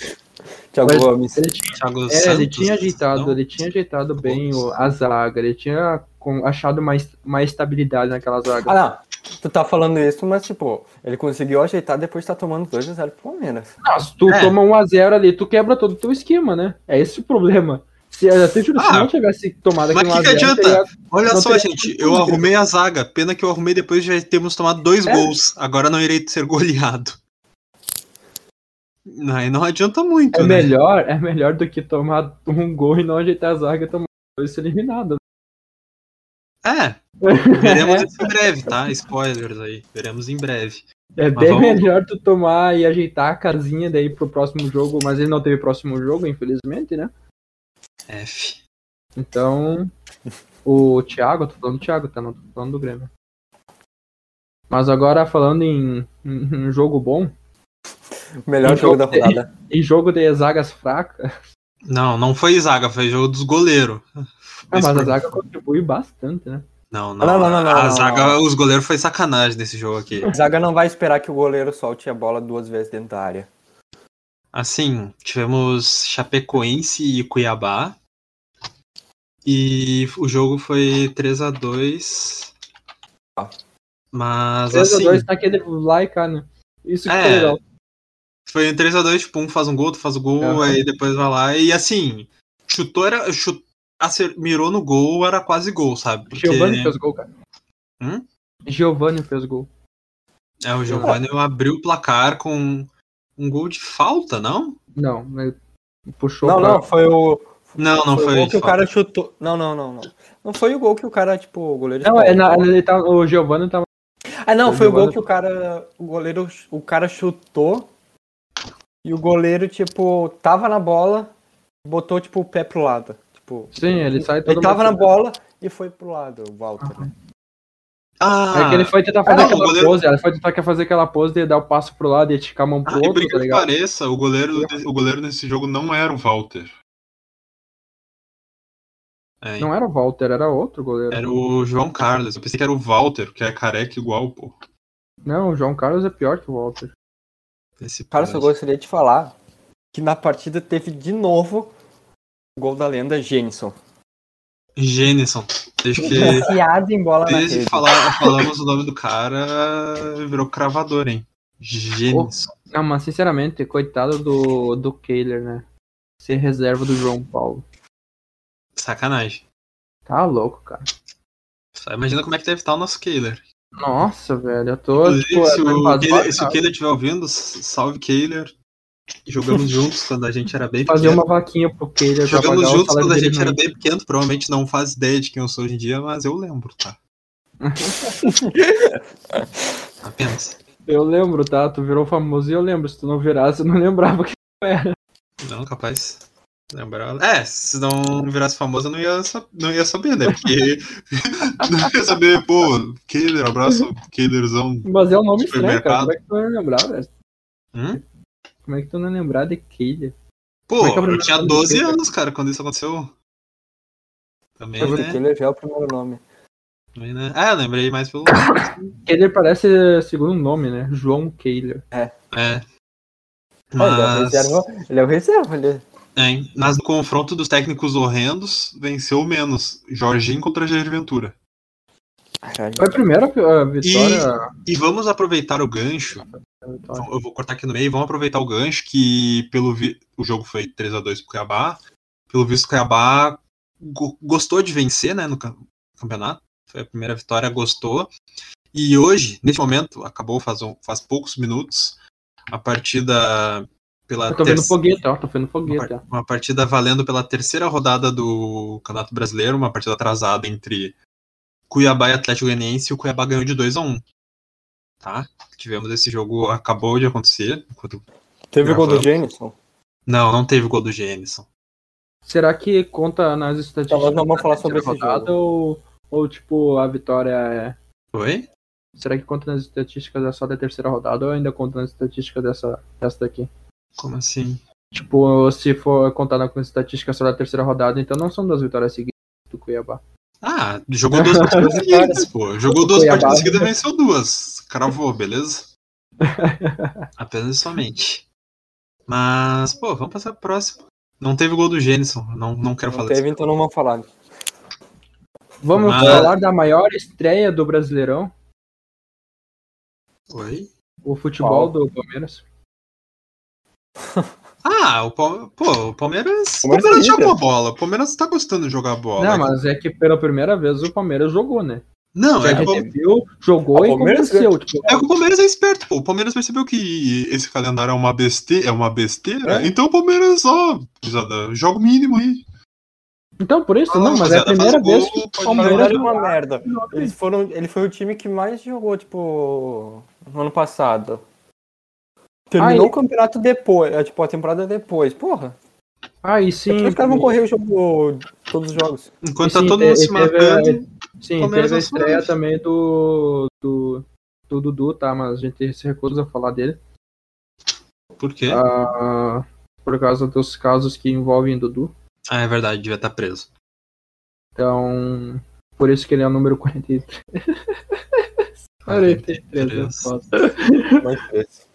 Speaker 2: Thiago
Speaker 4: Mas-
Speaker 2: Gomes.
Speaker 4: ele tinha,
Speaker 3: Thiago
Speaker 4: é, ele
Speaker 3: Santos,
Speaker 4: tinha ajeitado,
Speaker 3: não?
Speaker 4: ele tinha ajeitado bem o- a zaga, ele tinha com- achado mais, mais estabilidade naquela zaga.
Speaker 2: Ah, não. Tu tá falando isso, mas, tipo, ele conseguiu ajeitar depois de tá tomando 2x0 pro Palmeiras.
Speaker 4: Ah, se tu
Speaker 3: É.
Speaker 4: toma 1x0 ali, tu quebra todo o teu esquema, né? É esse o problema. Se, eu até juro, se
Speaker 3: Ah.
Speaker 4: não tivesse tomado
Speaker 3: Mas
Speaker 4: aquele
Speaker 3: que que
Speaker 4: 1x0,
Speaker 3: adianta?
Speaker 4: teria...
Speaker 3: Olha
Speaker 4: Não
Speaker 3: só,
Speaker 4: teria
Speaker 3: gente,
Speaker 4: sido
Speaker 3: eu
Speaker 4: tudo.
Speaker 3: arrumei a zaga. Pena que eu arrumei depois de já termos tomado dois
Speaker 4: É.
Speaker 3: gols. Agora não irei ser goleado. Não, e não adianta muito,
Speaker 4: é,
Speaker 3: né?
Speaker 4: melhor, é melhor do que tomar um gol e não ajeitar a zaga e tomar dois e ser eliminado.
Speaker 3: É.
Speaker 2: <laughs>
Speaker 3: Veremos
Speaker 2: É.
Speaker 3: isso em breve, tá? Spoilers aí. Veremos em breve.
Speaker 4: É
Speaker 3: Mas
Speaker 4: bem
Speaker 3: vamos-
Speaker 4: melhor tu tomar e ajeitar a casinha daí pro próximo jogo, mas ele não teve próximo jogo, infelizmente, né?
Speaker 3: F.
Speaker 4: Então, o Thiago, tô falando do Thiago, tá? Não tô falando do Grêmio. Mas agora falando em, em- em jogo bom,
Speaker 2: Melhor jogo da rodada.
Speaker 4: em jogo de zagas fracas,
Speaker 3: Não, não foi zaga, foi jogo dos goleiros.
Speaker 4: ah, <laughs> mas
Speaker 3: Esse-
Speaker 4: a zaga contribui bastante, né?
Speaker 3: Não, não.
Speaker 2: Ah, Não, não, não, não,
Speaker 3: a
Speaker 2: não,
Speaker 3: zaga,
Speaker 2: não.
Speaker 3: os goleiros foi sacanagem nesse jogo aqui.
Speaker 2: Zaga não vai esperar que o goleiro solte a bola duas vezes dentro da área.
Speaker 3: Assim, tivemos Chapecoense e Cuiabá. E o jogo foi 3 a 2
Speaker 2: Tá.
Speaker 3: Mas
Speaker 4: 3x2
Speaker 3: assim,
Speaker 4: tá aquele lá e cá, né? Isso que
Speaker 3: É.
Speaker 4: foi legal.
Speaker 3: foi 3 a 2 tipo, um faz um gol, outro faz o gol,
Speaker 4: Aham.
Speaker 3: aí depois vai lá. E assim, chutou, era, chut, acer- mirou no gol, era quase gol, sabe? Porque
Speaker 4: Giovanni fez gol, cara.
Speaker 3: Hum?
Speaker 4: Giovanni fez gol.
Speaker 3: é, o Giovanni abriu o placar com um gol de falta, não?
Speaker 4: Não, ele puxou
Speaker 2: Não,
Speaker 4: pra-
Speaker 2: não, foi o.
Speaker 3: Não, não
Speaker 2: o
Speaker 3: foi.
Speaker 2: gol
Speaker 3: de
Speaker 2: que o
Speaker 3: falta.
Speaker 2: cara chutou. Não, não, não, não. Não foi o gol que o cara, tipo, o goleiro.
Speaker 4: Não, é na- ele tá, o Giovanni tá
Speaker 2: Ah, não,
Speaker 4: Foi
Speaker 2: foi o gol
Speaker 4: jogando-
Speaker 2: que o cara. O goleiro. O cara chutou. E o goleiro, tipo, tava na bola, botou, tipo, o pé pro lado. Tipo,
Speaker 4: Sim, ele sai todo
Speaker 2: ele tava na
Speaker 4: machucado.
Speaker 2: bola e foi pro lado, o Walter.
Speaker 3: Ah,
Speaker 4: É que ele foi tentar
Speaker 3: Ah,
Speaker 4: fazer
Speaker 3: não,
Speaker 4: aquela
Speaker 3: o goleiro-
Speaker 4: pose, ele foi tentar fazer aquela pose de dar o passo pro lado e esticar a mão pro
Speaker 3: ah, e
Speaker 4: outro, tá
Speaker 3: brinca que
Speaker 4: ligado?
Speaker 3: pareça, o goleiro, o goleiro nesse jogo não era um o Walter. É,
Speaker 4: Não era o Walter, era outro goleiro.
Speaker 3: era o João Carlos. Eu pensei que era o Walter, que é careca igual, pô.
Speaker 4: Não, o João Carlos é pior que o Walter.
Speaker 3: Esse
Speaker 2: Cara, eu só
Speaker 3: parece.
Speaker 2: gostaria de falar que na partida teve de novo o gol da lenda Jenison.
Speaker 3: Jenison. Desde que.
Speaker 2: Enfiado em
Speaker 4: Tá
Speaker 2: bola na
Speaker 3: É. Desde
Speaker 2: rede.
Speaker 3: que falar, falamos o nome do cara, virou cravador, hein? Jenison.
Speaker 4: Não, mas sinceramente, coitado do, do Kehler, né? Ser reserva do João Paulo.
Speaker 3: Sacanagem.
Speaker 4: Tá louco, cara.
Speaker 3: Só imagina como é que deve estar o nosso Kehler.
Speaker 4: Nossa, velho, eu tô.
Speaker 3: Inclusive,
Speaker 4: tipo,
Speaker 3: se,
Speaker 4: eu tô
Speaker 3: o Kehler, se o
Speaker 4: fazendo-
Speaker 3: Kehler estiver ouvindo, s- salve Kehler.
Speaker 4: <laughs>
Speaker 3: Jogamos juntos quando a gente era bem
Speaker 4: fazer
Speaker 3: pequeno.
Speaker 4: uma vaquinha pro Kehler pra
Speaker 3: Jogamos
Speaker 4: pagar o
Speaker 3: juntos
Speaker 4: um salário
Speaker 3: quando a
Speaker 4: dele
Speaker 3: gente era
Speaker 4: no-
Speaker 3: bem pequeno. Provavelmente não faz ideia de quem eu sou hoje em dia, mas eu lembro,
Speaker 4: <laughs>
Speaker 3: tá? Apenas.
Speaker 4: Eu lembro, tá? Tu virou famoso e eu lembro. Se tu não virasse, eu não lembrava que tu era.
Speaker 3: Não, capaz. Lembrar. É, se não virasse famoso, eu não ia, sa- não ia saber, né? Porque. <laughs> não ia saber, pô, Killer, abraço, Killerzão.
Speaker 4: Mas é um nome estranho, cara.
Speaker 3: Supermercado.
Speaker 4: Como é que tu não ia lembrar, velho?
Speaker 3: Hum?
Speaker 4: Como é que tu não ia lembrar de Kehler?
Speaker 3: Pô,
Speaker 4: Como é que é o
Speaker 3: eu
Speaker 4: primeiro
Speaker 3: tinha
Speaker 4: nome do
Speaker 3: 12
Speaker 4: Killer?
Speaker 3: anos, cara, quando isso aconteceu. Também,
Speaker 2: Mas o
Speaker 3: né?
Speaker 2: Killer já é o primeiro nome.
Speaker 3: Também, né? Ah, eu lembrei mais pelo.
Speaker 4: Kehler parece segundo nome, né? João Kehler.
Speaker 3: É.
Speaker 2: Olha, ele é o
Speaker 3: Mas,
Speaker 2: reserva- ele é o reserva, ele
Speaker 3: hein, mas no confronto dos técnicos horrendos, venceu o menos. Jorginho contra Jair Ventura.
Speaker 2: Caralho.
Speaker 4: Foi a primeira uh, vitória.
Speaker 3: E vamos aproveitar o gancho
Speaker 4: vitória.
Speaker 3: Então, Eu vou cortar aqui no meio, vamos aproveitar o gancho que pelo vi... o jogo foi 3 a 2 pro Cuiabá. Pelo visto o Cuiabá go- gostou de vencer, né, no cam- campeonato. Foi a primeira vitória, gostou. E hoje, nesse momento, acabou faz, um- faz poucos minutos a partida pela
Speaker 4: Eu tô vendo um
Speaker 3: terce-
Speaker 4: foguete, ó. Tô vendo
Speaker 3: uma
Speaker 4: foguete, ó.
Speaker 3: par- uma partida valendo pela terceira rodada do Campeonato Brasileiro, uma partida atrasada entre Cuiabá e Atlético Goianiense, e o Cuiabá ganhou de 2 a 1 Tá? Tivemos esse jogo, acabou de acontecer. enquanto-
Speaker 2: Teve o gol do
Speaker 3: Gravando.
Speaker 2: Jenison.
Speaker 3: Não, não teve gol do Gênison.
Speaker 4: Será que conta nas estatísticas?
Speaker 2: Então, nós não vamos falar
Speaker 4: da
Speaker 2: sobre
Speaker 4: terceira
Speaker 2: esse jogo.
Speaker 4: rodada Ou, ou, tipo, a vitória é.
Speaker 3: Foi?
Speaker 4: Será que conta nas estatísticas é só da terceira rodada ou ainda conta nas estatísticas dessa, dessa daqui?
Speaker 3: Como assim?
Speaker 4: Tipo, se for contada com estatísticas só da terceira rodada, então não são duas vitórias seguidas do Cuiabá.
Speaker 3: Ah, jogou duas partidas seguidas, pô. Jogou duas
Speaker 4: Cuiabá.
Speaker 3: partidas seguidas e venceu duas. Cravou, beleza? Apenas e somente. Mas, pô, vamos passar pro próximo. Não teve gol do Gênison. Não, não quero
Speaker 2: Não
Speaker 3: falar
Speaker 2: teve, então não vamos falar.
Speaker 4: Vamos
Speaker 3: Mas-
Speaker 4: falar da maior estreia do Brasileirão,
Speaker 3: disso. Oi?
Speaker 4: o
Speaker 2: Qual?
Speaker 4: futebol do Palmeiras.
Speaker 3: Ah, o, Pal- pô, o Palmeiras. O
Speaker 2: Palmeiras
Speaker 3: Palmeiras
Speaker 2: é líder.
Speaker 3: jogou bola. O Palmeiras tá gostando de jogar bola.
Speaker 4: Não, mas é que pela primeira vez o Palmeiras jogou, né?
Speaker 3: Não, é
Speaker 4: Já
Speaker 3: que o Pal-
Speaker 4: recebeu, jogou
Speaker 2: O
Speaker 4: e
Speaker 2: Palmeiras
Speaker 4: convenceu. Tipo,
Speaker 3: é que o Palmeiras é esperto, pô. O Palmeiras percebeu que esse calendário é uma besteira. É uma besteira.
Speaker 2: É.
Speaker 3: Então o Palmeiras, ó, pisada, joga o mínimo aí.
Speaker 4: então, por isso,
Speaker 3: Ah,
Speaker 4: não, mas é a
Speaker 3: rapaziada, faz
Speaker 4: primeira
Speaker 3: o
Speaker 4: vez
Speaker 3: gol,
Speaker 4: que o
Speaker 3: pode
Speaker 2: Na
Speaker 3: Palmeiras
Speaker 2: verdade, é
Speaker 4: Palmeiras
Speaker 2: uma merda.
Speaker 4: joga.
Speaker 2: Eles foram, ele foi o time que mais jogou, tipo, no ano passado. Terminou o
Speaker 4: ele-
Speaker 2: campeonato depois, é, tipo, a temporada depois. Porra,
Speaker 4: Ah, e sim.
Speaker 2: os caras vão correr o jogo, todos os jogos.
Speaker 3: Enquanto
Speaker 4: Sim, é,
Speaker 3: tá todo
Speaker 4: te-
Speaker 3: mundo se
Speaker 4: teve a-
Speaker 3: matando.
Speaker 4: Sim,
Speaker 3: Palmeiras
Speaker 4: teve a
Speaker 3: é suave.
Speaker 4: estreia também do, do, do Dudu, tá? Mas a gente se recusa a falar dele.
Speaker 3: Por quê?
Speaker 4: Ah, por causa dos casos que envolvem Dudu.
Speaker 3: Ah, é verdade, devia estar preso.
Speaker 4: Então, por isso que ele é o
Speaker 3: <laughs>
Speaker 4: número 43.
Speaker 3: Ah,
Speaker 4: 43 é foda. Mas-
Speaker 3: 43.
Speaker 4: <laughs>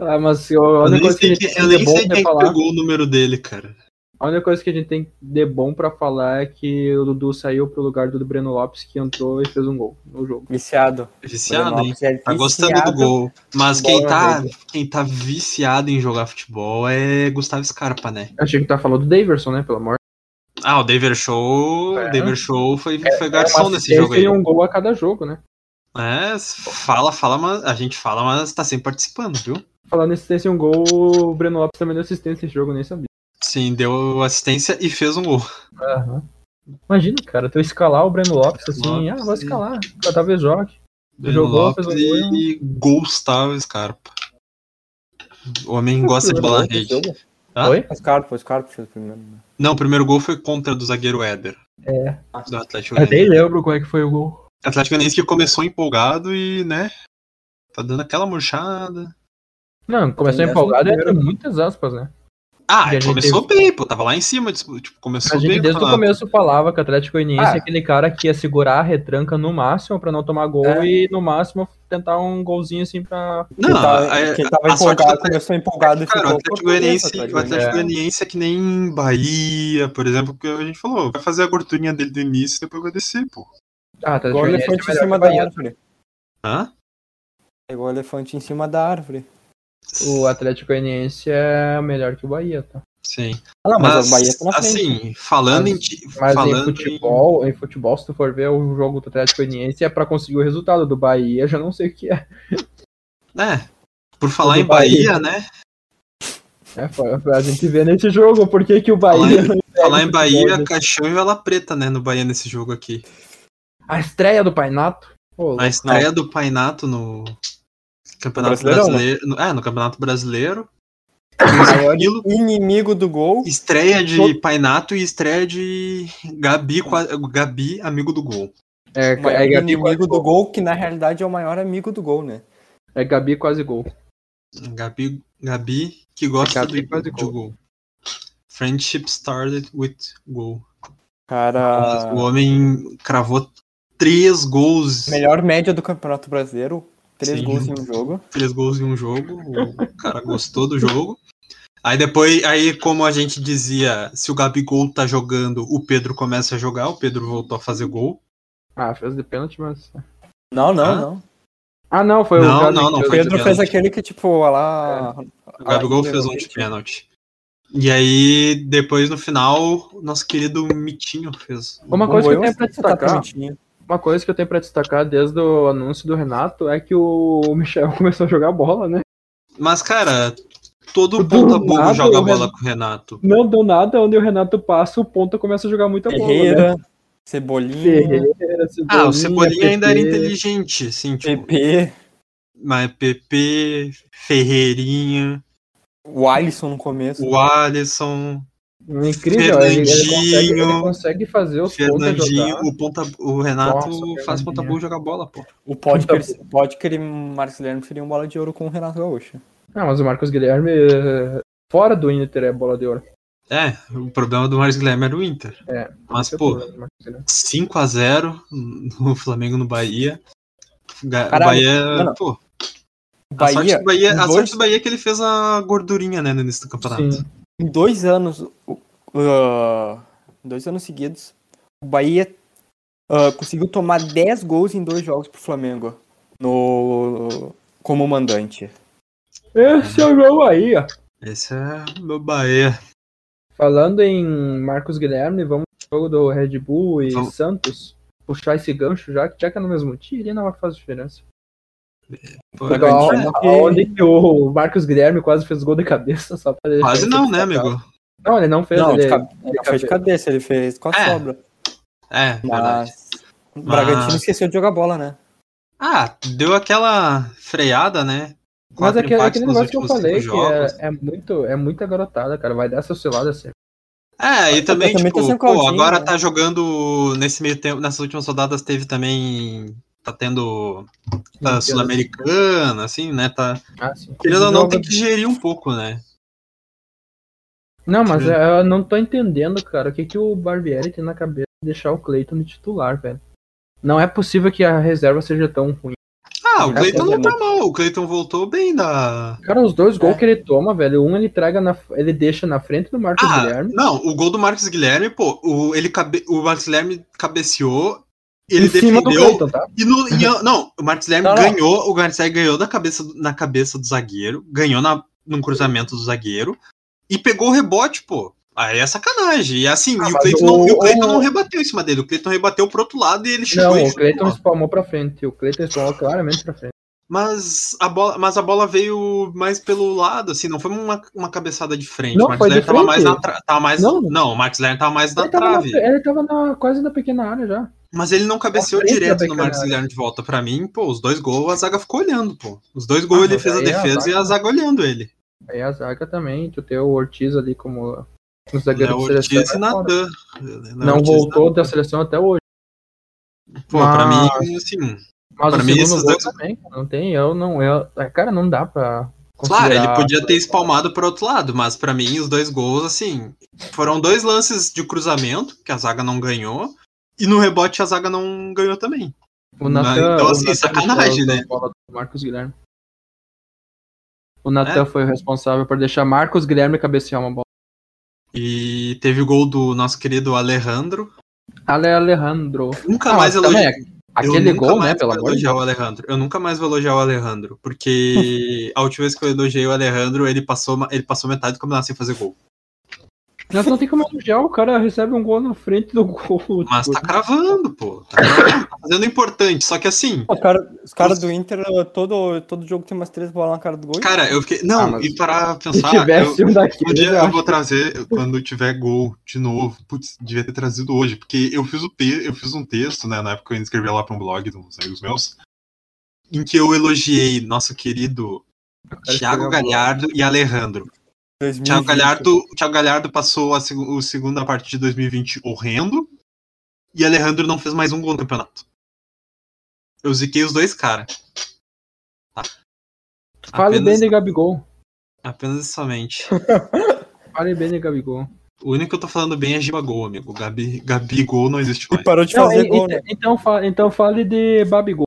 Speaker 4: Ah, mas eu- a
Speaker 3: Eu
Speaker 4: única
Speaker 3: nem
Speaker 4: coisa que
Speaker 3: sei
Speaker 4: a gente
Speaker 3: quem,
Speaker 4: tem
Speaker 3: eu
Speaker 4: de
Speaker 3: nem
Speaker 4: bom
Speaker 3: sei
Speaker 4: pra
Speaker 3: quem
Speaker 4: falar.
Speaker 3: pegou o número dele, cara.
Speaker 4: A única coisa que a gente tem de bom pra falar é que o Dudu saiu pro lugar do Breno Lopes, que entrou e fez um gol no jogo.
Speaker 2: Viciado.
Speaker 3: Viciado, hein?
Speaker 2: Florianópolis é
Speaker 3: Tá gostando do
Speaker 2: viciado.
Speaker 3: gol. Mas
Speaker 2: Bola
Speaker 3: quem
Speaker 4: né,
Speaker 3: tá,
Speaker 2: verde.
Speaker 3: quem tá viciado em jogar futebol é Gustavo Scarpa, né?
Speaker 4: Achei que tá falando do Daverson, né? Pelo amor
Speaker 3: Ah, o David Show.
Speaker 4: É.
Speaker 3: O David Show foi, foi
Speaker 4: de
Speaker 3: garçom nesse jogo aí.
Speaker 4: Tem um gol a cada jogo, né?
Speaker 3: É, fala, fala, mas a gente fala, mas tá sempre participando, viu?
Speaker 4: Falando em assistência e um gol, o Breno Lopes também deu assistência nesse jogo, eu nem sabia.
Speaker 3: Sim, deu assistência e fez um gol.
Speaker 4: Imagina, cara, tu escalar o Breno Lopes assim,
Speaker 3: Lopes,
Speaker 4: ah, vou
Speaker 3: sim.
Speaker 4: escalar, talvez jogue.
Speaker 3: Breno
Speaker 4: Jogou,
Speaker 3: Lopes
Speaker 4: fez um gol.
Speaker 3: e Gustavo Scarpa. O homem gosta de bola na rede. Hã?
Speaker 4: Oi?
Speaker 2: O Scarpa, o Scarpa fez o primeiro. né?
Speaker 3: Não, o primeiro gol foi contra do zagueiro Éder.
Speaker 4: É.
Speaker 3: Do Atlético
Speaker 4: Eu nem
Speaker 3: Goianiense.
Speaker 4: lembro como é que foi o gol.
Speaker 3: Atlético Goianiense que começou empolgado e, né? Tá dando aquela murchada.
Speaker 4: Não, começou
Speaker 2: Sim,
Speaker 4: empolgado
Speaker 2: décimo
Speaker 4: entre muitas aspas, né?
Speaker 3: Ah,
Speaker 4: E a gente
Speaker 3: começou bem, pô. Tava lá em cima. Tipo, começou
Speaker 4: A gente
Speaker 3: bem.
Speaker 4: desde o
Speaker 3: falando.
Speaker 4: começo falava que o Atlético Goianiense é
Speaker 2: Ah.
Speaker 4: aquele cara que ia segurar a retranca no máximo pra não tomar gol
Speaker 2: É.
Speaker 4: e no máximo tentar um golzinho assim pra.
Speaker 2: Quem
Speaker 3: Não, é,
Speaker 2: tava,
Speaker 3: a-
Speaker 2: quem tava
Speaker 3: a sorte do
Speaker 2: empolgado
Speaker 3: Atlético- é
Speaker 2: começou empolgado e
Speaker 3: Cara, o
Speaker 2: ficou.
Speaker 3: Atlético
Speaker 2: pô,
Speaker 3: Goianiense,
Speaker 2: beleza,
Speaker 3: o Atlético Goianiense é que nem Bahia, por exemplo, que a gente falou, vai fazer a gordurinha dele do início e depois vai descer, pô.
Speaker 4: Ah, o Atlético
Speaker 2: Igual
Speaker 4: Goianiense
Speaker 2: elefante
Speaker 4: é
Speaker 2: em
Speaker 4: melhor
Speaker 2: cima
Speaker 4: que o
Speaker 2: da
Speaker 4: Bahia.
Speaker 2: árvore.
Speaker 3: Hã?
Speaker 2: É igual elefante em cima da árvore.
Speaker 4: O Atlético Goianiense é melhor que o Bahia, tá?
Speaker 3: Sim.
Speaker 2: Ah, não, mas,
Speaker 3: Mas,
Speaker 2: a Bahia tá na frente.
Speaker 3: assim, falando em.
Speaker 4: Mas-
Speaker 3: ti-
Speaker 4: Mas
Speaker 3: falando
Speaker 4: em futebol, em... futebol, se tu for ver o jogo do Atlético Goianiense é pra conseguir o resultado do Bahia, eu já não sei o que é.
Speaker 3: em- É. Por falar
Speaker 4: Do
Speaker 3: em Bahia, né?
Speaker 4: É, foi- foi a gente vê nesse jogo por que que o Bahia não
Speaker 3: Falar em
Speaker 4: futebol,
Speaker 3: Bahia,
Speaker 4: né?
Speaker 3: Caixão e Vela Preta, né? No Bahia nesse jogo aqui.
Speaker 4: A estreia do Painato? Pô,
Speaker 3: A estreia do Painato no Campeonato
Speaker 2: Brasileirão, né?
Speaker 3: Brasileiro. no- É, no Campeonato Brasileiro.
Speaker 2: O maior
Speaker 3: Aquilo-
Speaker 2: inimigo do gol.
Speaker 3: Estreia de
Speaker 2: Todo-
Speaker 3: Painato e estreia de
Speaker 4: Hum.
Speaker 3: Gabi, qua- Gabi amigo do gol.
Speaker 4: é,
Speaker 2: O maior
Speaker 4: é
Speaker 3: tipo,
Speaker 4: Gabi quase
Speaker 2: inimigo do
Speaker 4: gol.
Speaker 2: gol, que na realidade é o maior amigo do gol, né?
Speaker 4: É Gabi quase gol.
Speaker 3: Gabi, Gabi que gosta
Speaker 4: Gabi
Speaker 3: do,
Speaker 4: faz
Speaker 3: do
Speaker 4: gol.
Speaker 3: gol. Friendship started with goal.
Speaker 4: Ah.
Speaker 2: Cara,
Speaker 3: O homem cravou três gols,
Speaker 2: melhor média do Campeonato Brasileiro. Três
Speaker 3: Sim.
Speaker 2: gols em um jogo.
Speaker 3: três gols em um jogo. O cara gostou do jogo. Aí depois, aí como a gente dizia, se o Gabigol tá jogando, o Pedro começa a jogar, o Pedro voltou a fazer gol.
Speaker 4: Ah, fez de pênalti, mas.
Speaker 2: Não, não,
Speaker 3: Hã?
Speaker 2: não.
Speaker 4: Ah, não, foi
Speaker 3: Não,
Speaker 4: o Gabi
Speaker 3: não, não,
Speaker 4: que
Speaker 2: O
Speaker 3: foi
Speaker 4: fez.
Speaker 2: Pedro
Speaker 3: de
Speaker 2: fez
Speaker 3: pênalti. É,
Speaker 2: aquele que, tipo, olha lá.
Speaker 3: O Gabigol
Speaker 2: Aí,
Speaker 3: fez um de pênalti. E aí, depois no final, nosso querido Mitinho fez.
Speaker 4: Uma
Speaker 2: um
Speaker 4: coisa que eu
Speaker 2: gol,
Speaker 4: tenho pra
Speaker 2: você tá
Speaker 4: destacar.
Speaker 2: bonitinho.
Speaker 4: Uma coisa que eu tenho pra destacar desde o anúncio do Renato é que o Michel <laughs> começou a jogar bola, né?
Speaker 3: Mas, cara, todo
Speaker 4: Do
Speaker 3: ponta
Speaker 4: nada,
Speaker 3: burro joga
Speaker 4: o
Speaker 3: bola com o Renato.
Speaker 4: Não deu nada, onde o Renato passa, o ponta começa a jogar muita bola. Né?
Speaker 2: Ferreira, Cebolinha,
Speaker 4: Ferreira,
Speaker 3: Ah, o Cebolinha ainda era
Speaker 4: PP.
Speaker 3: inteligente, assim, tipo,
Speaker 2: PP,
Speaker 3: mas PP, Ferreirinha,
Speaker 2: o Alisson no começo.
Speaker 3: o Alisson,
Speaker 4: Incrível, ele, é ele consegue, ele
Speaker 3: Fernandinho.
Speaker 4: consegue fazer os pontos
Speaker 3: Fernandinho,
Speaker 4: jogar.
Speaker 3: o, ponta, o Renato
Speaker 4: Nossa,
Speaker 3: faz
Speaker 4: Fernandinho.
Speaker 3: ponta burro jogar bola, pô.
Speaker 2: O Podker, Podker e Marcos Guilherme seriam bola de ouro com o Renato Gaúcho.
Speaker 4: Ah, mas o Marcos Guilherme eh, fora do Inter é bola de ouro.
Speaker 3: É, o problema do Marcos Guilherme era o Inter.
Speaker 4: É.
Speaker 3: Mas,
Speaker 4: Esse é o
Speaker 3: pô,
Speaker 4: problema do Marcos Guilherme.
Speaker 3: 5x0 no Flamengo no Bahia. Ga-
Speaker 2: Caralho,
Speaker 3: Bahia,
Speaker 2: não, não.
Speaker 3: pô, a sorte
Speaker 2: Bahia,
Speaker 3: do Bahia, a
Speaker 2: os
Speaker 3: sorte
Speaker 2: dois-
Speaker 3: do Bahia é que ele fez a gordurinha, né, no início do campeonato.
Speaker 4: Sim.
Speaker 2: em dois anos, o- ah, dois anos seguidos, o Bahia ah, conseguiu tomar 10 gols em dois jogos pro Flamengo no, como mandante.
Speaker 4: Esse é o jogo aí, ó.
Speaker 3: Esse é o meu Bahia.
Speaker 4: Falando em Marcos Guilherme, vamos pro jogo do Red Bull e
Speaker 3: Vamos.
Speaker 4: Santos. Puxar esse gancho já, que já que é no mesmo time, ele não faz diferença.
Speaker 3: Pô,
Speaker 2: Foi
Speaker 3: é
Speaker 2: Agora,
Speaker 4: Igual
Speaker 2: gente,
Speaker 4: a-
Speaker 2: que-
Speaker 4: Onde que o Marcos Guilherme quase fez gol de cabeça, só pra
Speaker 3: Quase
Speaker 4: deixar
Speaker 3: não,
Speaker 4: isso
Speaker 3: né,
Speaker 4: destacado.
Speaker 3: amigo?
Speaker 4: Não, ele não fez.
Speaker 2: Não,
Speaker 4: ele...
Speaker 2: de, cabe- ele não fez
Speaker 4: cabeça.
Speaker 2: de cabeça, ele fez com a
Speaker 3: É,
Speaker 2: sobra.
Speaker 3: É,
Speaker 4: Ah.
Speaker 3: verdade.
Speaker 2: Mas o Bragantino
Speaker 3: Mas-
Speaker 2: esqueceu de jogar bola, né?
Speaker 3: Ah, deu aquela freada, né?
Speaker 4: Mas
Speaker 3: Quatro
Speaker 4: é aquele,
Speaker 3: empates
Speaker 4: aquele
Speaker 3: nos
Speaker 4: negócio que eu
Speaker 3: últimos
Speaker 4: falei, que
Speaker 3: cinco jogos.
Speaker 4: é, é muito, é muita garotada, cara. Vai dar assim, essa oscilada sempre.
Speaker 3: É, e também,
Speaker 2: também
Speaker 3: tipo,
Speaker 2: tá sem
Speaker 3: pô,
Speaker 2: Claudinho,
Speaker 3: agora
Speaker 2: né?
Speaker 3: tá jogando nesse meio tempo, nessas últimas rodadas teve também. Tá tendo tá,
Speaker 4: Olimpíadas.
Speaker 3: Sul-Americana, assim, né? Tá,
Speaker 4: Ah, sim.
Speaker 3: querendo ou não,
Speaker 2: Joga-
Speaker 3: tem que gerir um pouco, né?
Speaker 4: Não, mas eu não tô entendendo, cara. O que, que o Barbieri tem na cabeça de deixar o Cleiton de titular, velho? Não é possível que a reserva seja tão ruim.
Speaker 3: Ah, o
Speaker 2: É,
Speaker 3: Cleiton não
Speaker 2: tá
Speaker 3: tá mal, o Cleiton voltou bem da.
Speaker 4: Cara, os dois gols
Speaker 2: É.
Speaker 4: que ele toma, velho, um ele traga na, ele deixa na frente do Marcos
Speaker 3: Ah,
Speaker 4: Guilherme.
Speaker 3: não, o gol do Marcos Guilherme, pô, o, ele cabe, o Marcos Guilherme cabeceou, ele
Speaker 4: em cima do Tá
Speaker 3: defendeu,
Speaker 4: Cleiton, tá?
Speaker 3: E no, e eu- não, o Martins Guilherme
Speaker 2: Não, não.
Speaker 3: ganhou, o Martins Guilherme ganhou da cabeça, do- na cabeça do zagueiro, ganhou na, num cruzamento do zagueiro e pegou o rebote, pô. Aí é sacanagem. E assim,
Speaker 4: Ah,
Speaker 3: e o
Speaker 4: mas
Speaker 3: Cleiton,
Speaker 4: o-
Speaker 3: não, e o Cleiton
Speaker 4: o-
Speaker 3: não rebateu em cima dele, o Cleiton rebateu pro outro lado e ele chegou
Speaker 4: Não,
Speaker 3: e
Speaker 4: o Cleiton
Speaker 3: chutou.
Speaker 4: espalmou pra frente. O Cleiton espalmou claramente pra frente.
Speaker 3: Mas a bola, mas a bola veio mais pelo lado, assim, não foi uma, uma cabeçada de frente.
Speaker 4: Não,
Speaker 3: o Marcos
Speaker 4: foi de
Speaker 3: Guilherme tava mais
Speaker 4: frente.
Speaker 3: na tra- tava mais
Speaker 4: Não.
Speaker 3: não. o Marcos Guilherme tava mais na
Speaker 4: ele tava,
Speaker 3: trave.
Speaker 4: na, ele tava na- quase na pequena área já.
Speaker 3: Mas ele não cabeceou
Speaker 4: Na frente da
Speaker 3: direto no
Speaker 4: pequena
Speaker 3: Marcos
Speaker 4: área.
Speaker 3: Guilherme de volta pra mim. Pô, os dois gols a zaga ficou olhando, pô. Os dois gols
Speaker 4: Ah,
Speaker 3: ele
Speaker 4: mas
Speaker 3: fez a
Speaker 4: aí a
Speaker 3: defesa e a
Speaker 4: zaga- né?
Speaker 3: zaga olhando ele.
Speaker 4: Aí É a zaga também, tu tem o Ortiz ali como um zagueiro
Speaker 3: Léo
Speaker 4: de seleção.
Speaker 3: Ortiz e
Speaker 4: é foda.
Speaker 3: Natan. Léo
Speaker 4: Não
Speaker 3: Ortiz e
Speaker 4: voltou
Speaker 3: Natan.
Speaker 4: da seleção até hoje.
Speaker 3: Pô, pra
Speaker 4: Mas-
Speaker 3: mim, assim.
Speaker 4: Mas
Speaker 3: Pra
Speaker 4: o
Speaker 3: mim,
Speaker 4: segundo
Speaker 3: esses
Speaker 4: gol
Speaker 3: dois-
Speaker 4: também, cara, não tem, eu não, eu, é, cara, não dá pra
Speaker 3: Claro, ele
Speaker 4: considerar-
Speaker 3: podia ter espalmado para outro lado, mas pra mim os dois gols, assim, foram dois lances de cruzamento que a zaga não ganhou e no rebote a zaga não ganhou também.
Speaker 4: O Natan,
Speaker 3: Não, então,
Speaker 4: o
Speaker 3: assim,
Speaker 4: Natan
Speaker 3: sacanagem,
Speaker 4: deixou
Speaker 3: né?
Speaker 4: a bola do Marcos Guilherme. O Natan
Speaker 3: É?
Speaker 4: foi o responsável por deixar Marcos Guilherme cabecear uma bola.
Speaker 3: E teve o gol do nosso querido Alejandro.
Speaker 4: Ale Alejandro.
Speaker 3: Nunca
Speaker 4: Ah,
Speaker 3: mais
Speaker 4: mas também
Speaker 3: elogiar.
Speaker 4: é- Aquele
Speaker 3: eu nunca
Speaker 4: gol,
Speaker 3: mais
Speaker 4: né, pelo
Speaker 3: vou
Speaker 4: amor de
Speaker 3: elogiar o Alejandro. Eu nunca mais vou elogiar o Alejandro,
Speaker 4: <laughs>
Speaker 3: porque a última vez que eu elogiei o Alejandro, ele passou, ma- ele passou metade do campeonato sem fazer gol.
Speaker 4: Deus. Nós não tem como elogiar, o cara recebe um gol na frente do gol.
Speaker 3: Mas tá
Speaker 4: tipo,
Speaker 3: cravando, pô. Tá, cravando, tá fazendo importante. Só que assim,
Speaker 2: Os caras do Inter, eh, todo, todo jogo tem umas três bolas na cara do gol.
Speaker 3: Cara, eu fiquei. Não,
Speaker 4: Ah, mas-
Speaker 3: e para
Speaker 4: Se
Speaker 3: pensar.
Speaker 4: tivesse
Speaker 3: tá eu-
Speaker 4: um daquele,
Speaker 3: Um dia
Speaker 4: eu
Speaker 3: eu
Speaker 4: acho
Speaker 3: vou trazer, quando tiver gol de novo, putz, devia ter trazido hoje, porque eu fiz, o te- eu fiz um texto, né, na época eu escrevi lá para um blog de uns amigos meus, em que eu elogiei nosso querido
Speaker 4: que
Speaker 3: Thiago
Speaker 4: eu Uhum. vou-
Speaker 3: Galhardo e Alejandro.
Speaker 2: 2020.
Speaker 3: Thiago Galhardo, Thiago Galhardo passou a, seg o segunda parte de 2020 horrendo, e Alejandro não fez mais um gol no campeonato. Eu ziquei os dois caras. Tá.
Speaker 4: Fale bem
Speaker 3: Apenas-
Speaker 4: de Gabigol.
Speaker 3: Apenas e somente.
Speaker 4: Fale bem de Gabigol.
Speaker 3: O único que eu tô falando bem é Gibagol, amigo. Gabi, Gabigol não existe
Speaker 4: <laughs>
Speaker 3: mais.
Speaker 2: Parou de
Speaker 4: Não,
Speaker 2: fazer
Speaker 4: e-
Speaker 2: gol,
Speaker 4: e-
Speaker 2: né?
Speaker 4: então, fale, então fale de Babigol.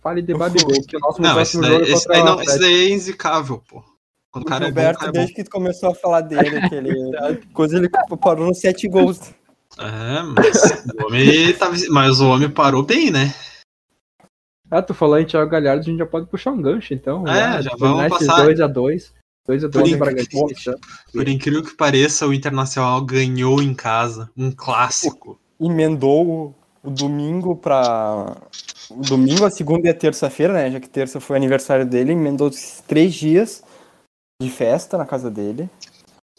Speaker 4: Fale de Babigol, que o nosso
Speaker 3: Não, esse
Speaker 4: próximo
Speaker 3: daí,
Speaker 4: jogo é
Speaker 3: esse
Speaker 4: contra
Speaker 3: daí
Speaker 4: o
Speaker 3: não, esse
Speaker 4: Atlético.
Speaker 3: daí é inzicável, pô. Quando o cara é bom, o
Speaker 2: Roberto,
Speaker 3: cara é bom.
Speaker 2: desde que tu começou a falar dele, aquele. Coisa ele parou nos sete gols.
Speaker 3: É, mas o homem tá- mas o homem parou bem, né?
Speaker 4: Ah, tu falou em Thiago Galhardo, a gente já pode puxar um gancho, então.
Speaker 3: É, já vamos
Speaker 4: terminar esses
Speaker 3: passar.
Speaker 4: 2x2. 2x2
Speaker 3: Por
Speaker 4: para
Speaker 3: incrível- Por incrível que pareça, o Internacional ganhou em casa. Um clássico.
Speaker 2: Emendou o, o domingo pra. O domingo, a segunda e a terça-feira, né? Já que terça foi aniversário dele, emendou esses três dias de festa na casa dele.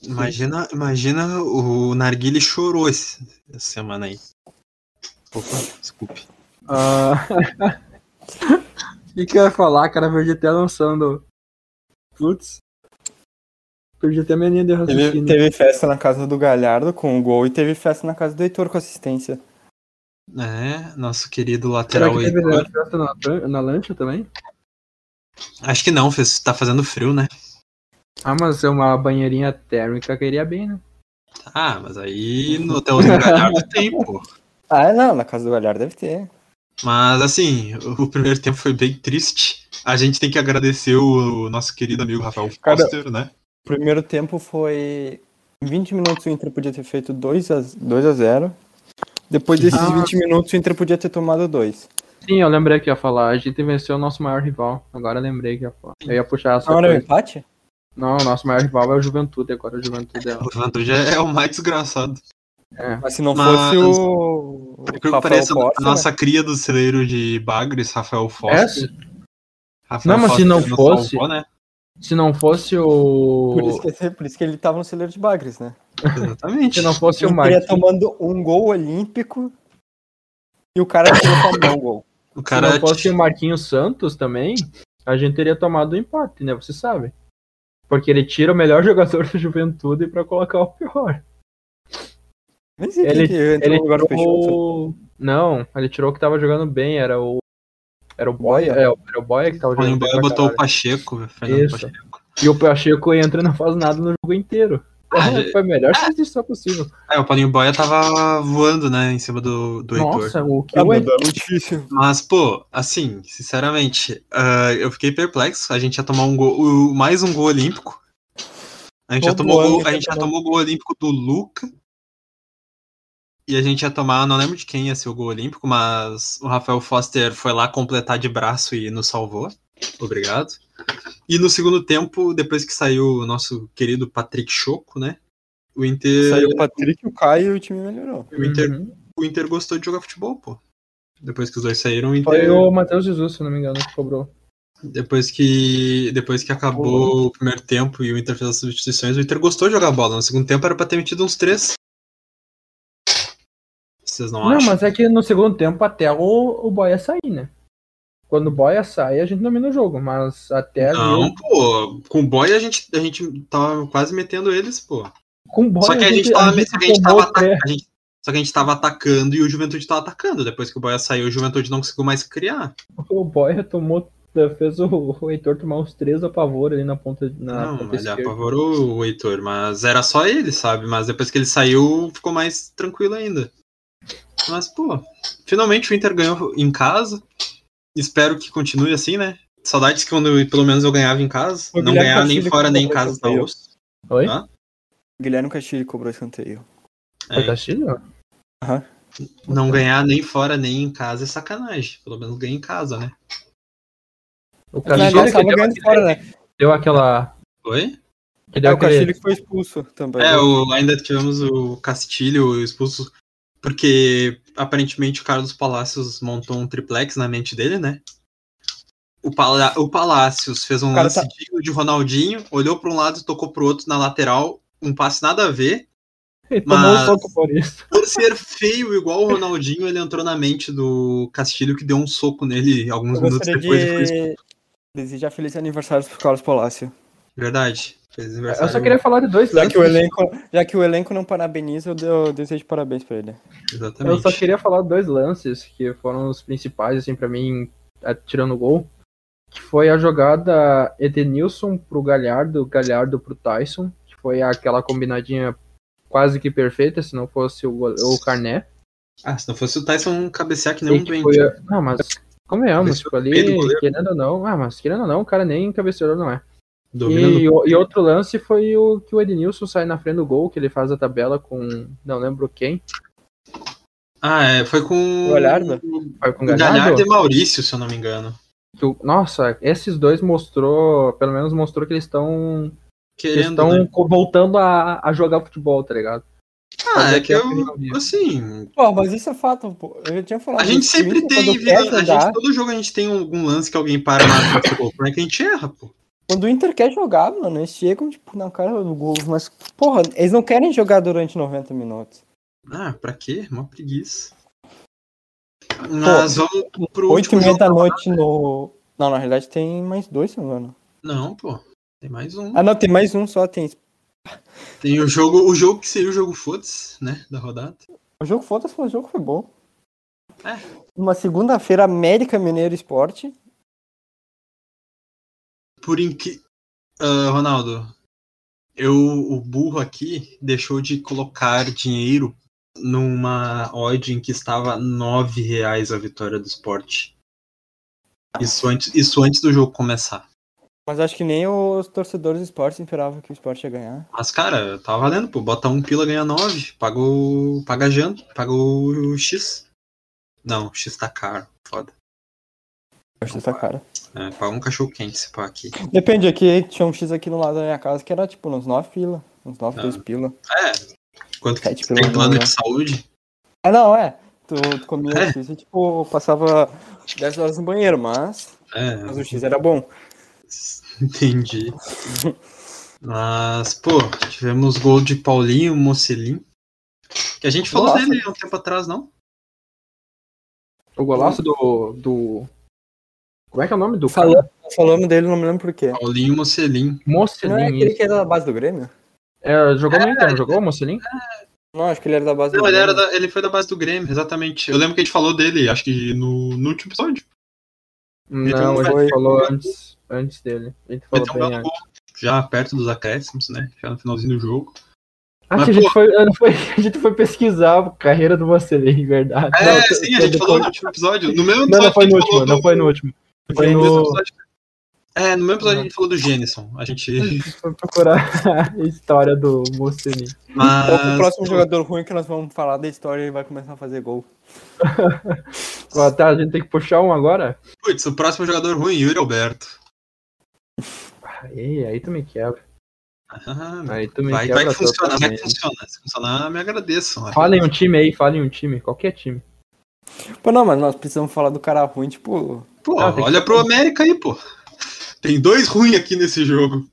Speaker 3: Imagina, imagina o Narguile chorou esse, essa semana aí. Opa, desculpe.
Speaker 4: Ah. <laughs> O que eu ia falar, cara? Perdi até a noção do. Putz. Perdi até a minha linha de
Speaker 2: Teve,
Speaker 4: raciocínio.
Speaker 2: teve festa na casa do Galhardo com o gol e teve festa na casa do Heitor com assistência.
Speaker 3: É, nosso querido
Speaker 4: Será
Speaker 3: lateral
Speaker 4: que tá
Speaker 3: Heitor.
Speaker 4: teve festa na, tran- na lancha também?
Speaker 3: Acho que não, fez, tá fazendo frio, né?
Speaker 4: Ah, mas é uma banheirinha térmica que iria bem, né?
Speaker 3: Ah, mas aí
Speaker 4: Uhum.
Speaker 3: no hotelzinho Galhardo tem, pô.
Speaker 2: Ah, não, na casa do Galhardo deve ter.
Speaker 3: Mas assim, o o primeiro tempo foi bem triste. A gente tem que agradecer o nosso querido amigo Rafael
Speaker 2: Cara-
Speaker 3: Foster, né?
Speaker 2: O primeiro tempo foi. Em 20 minutos o Inter podia ter feito 2 a, 2 a 0. Depois desses
Speaker 4: Ah.
Speaker 2: 20 minutos o Inter podia ter tomado 2.
Speaker 4: Sim, eu lembrei que ia falar. A gente venceu o nosso maior rival. Agora eu lembrei que ia falar. Eu ia puxar essa.
Speaker 2: Não era o
Speaker 4: coisa.
Speaker 2: empate?
Speaker 4: Não, o nosso maior rival é o Juventude. Agora o Juventude é.
Speaker 3: O Juventude é o mais desgraçado.
Speaker 2: Mas se não
Speaker 3: Mas-
Speaker 2: fosse o.
Speaker 3: Por
Speaker 2: o
Speaker 3: que
Speaker 2: Rafael
Speaker 3: parece
Speaker 2: Corsa,
Speaker 3: a nossa cria do celeiro de Bagres, Rafael Foster.
Speaker 2: É?
Speaker 3: Rafael
Speaker 4: Não, mas se
Speaker 3: Foster
Speaker 4: não
Speaker 3: nos
Speaker 4: fosse-
Speaker 3: salvou,
Speaker 4: <laughs>
Speaker 3: né?
Speaker 4: Se não fosse
Speaker 2: né? Por, isso
Speaker 4: o.
Speaker 2: que, por isso que ele tava no celeiro de Bagres, né?
Speaker 3: Exatamente.
Speaker 4: Se não fosse o
Speaker 2: Ele teria
Speaker 4: Marquinhos.
Speaker 2: tomando um gol olímpico e o cara tirou pra mão o gol. <laughs>
Speaker 3: O
Speaker 4: Se
Speaker 3: cara
Speaker 4: não fosse o Marquinhos Santos também, a gente teria tomado o empate, né? Você sabe. Porque ele tira o melhor <laughs> jogador da juventude pra colocar o pior.
Speaker 2: Nem sei quem
Speaker 4: Ele-
Speaker 2: que entrou
Speaker 4: ele
Speaker 2: no lugar do Peixoto.
Speaker 4: tirou. Não, ele tirou o que tava jogando bem, era o. Era o Boia?
Speaker 2: Boia?
Speaker 4: É, era o Boia que tava
Speaker 3: o
Speaker 4: jogando
Speaker 3: embora
Speaker 4: bem. pra
Speaker 3: botou o
Speaker 4: caralho.
Speaker 3: Pacheco, o Fernando
Speaker 4: Isso.
Speaker 3: Pacheco.
Speaker 4: E o Pacheco entra e não faz nada no jogo inteiro.
Speaker 3: Ah,
Speaker 4: Então,
Speaker 3: é.
Speaker 4: foi a melhor substituição possível.
Speaker 3: É, o Paulinho Boia tava voando, né, em cima do, do Heitor.
Speaker 4: Nossa, o que
Speaker 2: Ah,
Speaker 4: o
Speaker 2: mano, é muito difícil.
Speaker 3: Mas, pô, assim, sinceramente, ah, eu fiquei perplexo. A gente ia tomar um gol, o- mais um gol olímpico. A gente, já
Speaker 2: Todo
Speaker 3: tomou,
Speaker 2: ano
Speaker 3: gol,
Speaker 2: ele
Speaker 3: a
Speaker 2: tá
Speaker 3: gente já
Speaker 2: tomando.
Speaker 3: tomou gol olímpico do Luca. E a gente ia tomar, não lembro de quem ia ser o gol olímpico, mas o Rafael Foster foi lá completar de braço e nos salvou. Obrigado. E no segundo tempo, depois que saiu o nosso querido Patrick Choco, né? O Inter,
Speaker 2: Saiu o Patrick, o Caio e o time melhorou.
Speaker 3: o Inter,
Speaker 4: Uhum.
Speaker 3: o Inter gostou de jogar futebol, pô. Depois que os dois saíram, o Inter.
Speaker 4: Foi o Matheus Jesus, se não me engano, que cobrou.
Speaker 3: Depois que, depois que acabou o primeiro tempo e o Inter fez as substituições, o Inter gostou de jogar bola. No segundo tempo era pra ter metido uns três. Vocês não,
Speaker 4: Não,
Speaker 3: acham?
Speaker 4: mas é que no segundo tempo até o, o Boia sair, né? Quando o boia sai, a gente domina o jogo, mas até ali,
Speaker 3: Não, pô. Com o boy a gente, a gente tava quase metendo eles, pô.
Speaker 4: com o boia
Speaker 3: Só que a gente tava, só que a gente tava
Speaker 4: tombou o pé.
Speaker 3: ata- a gente- só que a gente tava atacando e o Juventude tava atacando. Depois que o Boia saiu, o Juventude não conseguiu mais criar.
Speaker 4: <laughs> O Boia tomou, fez o, o Heitor tomar uns três a pavor ali na ponta, na
Speaker 3: não, é ele
Speaker 4: ponta esquerda.
Speaker 3: apavorou o Heitor, mas era só ele, sabe? Mas depois que ele saiu, ficou mais tranquilo ainda. Mas, pô, finalmente o Inter ganhou em casa. Espero que continue assim, né? Saudades que quando eu- pelo menos eu ganhava em casa.
Speaker 4: O
Speaker 3: não
Speaker 4: Guilherme
Speaker 3: ganhar nem
Speaker 4: Castilho
Speaker 3: fora nem em
Speaker 4: comprou
Speaker 3: casa, tá
Speaker 4: escanteio.
Speaker 3: osso.
Speaker 4: Oi?
Speaker 3: Hã?
Speaker 2: Guilherme Castilho cobrou escanteio.
Speaker 3: É,
Speaker 4: Foi Castilho?
Speaker 3: não ganhar nem fora nem em casa é sacanagem. Pelo menos ganha em casa, né?
Speaker 4: O
Speaker 2: Mas
Speaker 4: Castilho
Speaker 2: nós
Speaker 4: que
Speaker 2: tava
Speaker 4: deu,
Speaker 2: ganhando fora, né?
Speaker 4: deu aquela...
Speaker 3: Oi?
Speaker 4: Que
Speaker 2: É,
Speaker 4: deu
Speaker 2: o
Speaker 4: aquele-
Speaker 2: Castilho que foi expulso também.
Speaker 3: É, o- ainda tivemos o Castilho expulso, porque aparentemente o Carlos Palacios montou um triplex na mente dele, né? O, Pala o Palacios fez um
Speaker 2: cara
Speaker 3: lance
Speaker 2: tá-
Speaker 3: digno de Ronaldinho, olhou para um lado e tocou pro outro na lateral, um passe nada a ver.
Speaker 4: Ele tomou um
Speaker 3: mas-
Speaker 4: soco por isso.
Speaker 3: Por ser feio igual o Ronaldinho, ele entrou na mente do Castilho, que deu um soco nele alguns
Speaker 2: Eu
Speaker 3: minutos
Speaker 2: gostaria
Speaker 3: depois. e foi expulso.
Speaker 2: de desejar feliz aniversário pro Carlos Palacio.
Speaker 3: Verdade. Fez
Speaker 4: Eu só
Speaker 3: aniversário.
Speaker 4: queria falar de dois
Speaker 2: Já que o
Speaker 4: lances.
Speaker 2: elenco, já que o elenco não parabeniza, eu, dei- eu desejo parabéns pra ele.
Speaker 4: Eu
Speaker 3: Exatamente.
Speaker 4: só queria falar de dois lances que foram os principais, assim, pra mim, atirando o gol. Que foi a jogada Edenilson pro Galhardo, Galhardo pro Tyson, que foi aquela combinadinha quase que perfeita, se não fosse o, gole- o Carné.
Speaker 3: Ah, se não fosse o Tyson cabecear que nem
Speaker 4: E
Speaker 3: um
Speaker 4: que
Speaker 3: doente.
Speaker 4: foi a- Não, mas convenhamos,
Speaker 3: Cabeceou
Speaker 4: tipo,
Speaker 3: no meio do
Speaker 4: ali,
Speaker 3: goleiro.
Speaker 4: querendo ou não, ah, mas querendo ou não, o cara nem cabeceou, não é.
Speaker 3: Dominando
Speaker 4: E, o- e outro lance foi o que o Edenilson sai na frente do gol, que ele faz a tabela com, não lembro quem,
Speaker 3: Ah, é, foi com.
Speaker 2: O Galhardo?
Speaker 4: foi com o
Speaker 3: O Galhardo
Speaker 4: Galhardo.
Speaker 3: e Maurício, se eu não me engano.
Speaker 4: que o- Nossa, esses dois mostrou, pelo menos mostrou que eles estão eles
Speaker 3: Querendo.
Speaker 4: estão
Speaker 3: né?
Speaker 4: co- voltando a, a jogar futebol, tá ligado?
Speaker 3: Ah, é
Speaker 4: Fazia
Speaker 3: que
Speaker 4: tempo que
Speaker 3: eu.
Speaker 4: não via.
Speaker 3: Assim.
Speaker 2: Pô, mas isso é fato, pô. Eu já tinha falado.
Speaker 3: A gente
Speaker 2: isso, que o
Speaker 3: sempre
Speaker 2: Inter,
Speaker 3: tem.
Speaker 2: Quando quer
Speaker 3: Vira, a
Speaker 2: jogar,
Speaker 3: gente, todo jogo a gente tem algum lance que alguém para na frente do gol. Como é que a gente erra, pô?
Speaker 2: quando o Inter quer jogar, mano, eles chegam, tipo, na cara do gol. Mas, porra, eles não querem jogar durante 90 minutos.
Speaker 3: Ah, pra quê? Mó preguiça. Mas vamos pro
Speaker 2: 8
Speaker 3: último
Speaker 2: e meia
Speaker 3: jogo.
Speaker 2: da noite no. Não, na realidade tem mais dois, se não me engano.
Speaker 3: Não, pô. Tem mais um.
Speaker 2: Ah, não, tem mais um só, tem.
Speaker 3: Tem o jogo, o jogo que seria o jogo foda-se, né? Da rodada.
Speaker 2: O jogo, foda-se, o jogo foi bom.
Speaker 3: É.
Speaker 2: Uma segunda-feira, América Mineiro Esporte.
Speaker 3: Por inqui... Ah, Ronaldo, eu, o burro aqui deixou de colocar dinheiro numa odd em que estava R$ 9 reais a vitória do esporte. Isso antes, isso antes do jogo começar.
Speaker 2: Mas acho que nem os torcedores do esporte esperavam que o esporte ia ganhar.
Speaker 3: Mas, cara, tá valendo, pô. Bota um pila, ganha 9. Paga o. Paga a janta. Paga o X. Não, o X tá caro. Foda.
Speaker 2: Eu acho essa cara.
Speaker 3: É, paga um cachorro quente se pá aqui.
Speaker 2: Depende, aqui tinha um X aqui no lado da minha casa que era tipo uns 9 pila. Uns 9,
Speaker 3: Ah.
Speaker 2: 10 pila.
Speaker 3: É. Quanto que
Speaker 2: Sete
Speaker 3: tu
Speaker 2: pila
Speaker 3: tem
Speaker 2: no
Speaker 3: plano
Speaker 2: lugar.
Speaker 3: de saúde?
Speaker 2: Ah, não, é. Tu, tu comia
Speaker 3: É.
Speaker 2: o X e tipo, passava 10 horas no banheiro, mas,
Speaker 3: É.
Speaker 2: mas o X era bom.
Speaker 3: Entendi. Mas, pô, tivemos gol de Paulinho, Mocelin. Que a gente falou
Speaker 2: Nossa.
Speaker 3: dele há um tempo atrás, não?
Speaker 4: O golaço do, do. Como é que é o nome do
Speaker 2: Falou.
Speaker 4: cara?
Speaker 2: Nós falamos dele, não me lembro por quê.
Speaker 3: Paulinho Mocelin.
Speaker 2: Não é
Speaker 4: Mocelin.
Speaker 2: aquele
Speaker 4: isso.
Speaker 2: que era da base do Grêmio?
Speaker 4: É, jogou no Inter, não jogou, Mocelin?
Speaker 2: Não, acho que ele era da base do
Speaker 3: Não, ele,
Speaker 2: Grêmio.
Speaker 3: era da- ele foi da base do Grêmio, exatamente. Eu lembro que a gente falou dele, acho que no, no último episódio.
Speaker 4: Não,
Speaker 3: Então,
Speaker 4: a
Speaker 2: foi-
Speaker 4: gente falou antes, antes dele. A gente falou
Speaker 3: Meteu um
Speaker 4: bem
Speaker 3: belo
Speaker 4: antes.
Speaker 3: gol, já perto dos acréscimos, né? Já no finalzinho do jogo.
Speaker 4: Ah,
Speaker 3: Mas,
Speaker 4: que a
Speaker 3: pô-
Speaker 4: gente, foi, <laughs> ah, foi- a gente foi pesquisar a carreira do Mocelin, verdade.
Speaker 3: É,
Speaker 4: Não,
Speaker 3: sim, a
Speaker 4: foi
Speaker 3: gente falou
Speaker 4: depois-
Speaker 3: no último episódio. No mesmo
Speaker 4: Não,
Speaker 3: episódio
Speaker 4: não foi
Speaker 3: que
Speaker 4: no
Speaker 3: a gente
Speaker 4: último,
Speaker 3: falou
Speaker 4: não
Speaker 3: do-
Speaker 4: foi no último. Foi
Speaker 3: no mesmo
Speaker 4: no.
Speaker 3: episódio. É, no mesmo episódio a gente falou do Gênison. A
Speaker 4: <laughs>
Speaker 3: gente.
Speaker 4: Foi procurar <laughs> a história do Mocelin.
Speaker 2: Então, o
Speaker 3: Mas,
Speaker 2: próximo jogador ruim que nós vamos falar da história, ele vai começar a fazer gol.
Speaker 4: Ah, tá, a gente tem que puxar um agora?
Speaker 3: putz, o próximo jogador ruim, Yuri Alberto.
Speaker 4: Aí, aí tu me quebra.
Speaker 3: Ah,
Speaker 4: Aí tu me
Speaker 3: Vai,
Speaker 4: quebra
Speaker 3: vai que funciona, vai que
Speaker 4: totalmente.
Speaker 3: funciona. Se funcionar, me agradeçam.
Speaker 4: Falem um time aí, falem um time, qualquer time. <laughs>
Speaker 2: Pô, não, mas nós precisamos falar do cara ruim, tipo.
Speaker 3: Pô,
Speaker 4: Ah, tem que-
Speaker 3: olha pro América aí, pô. Tem dois ruins aqui nesse jogo.
Speaker 2: um,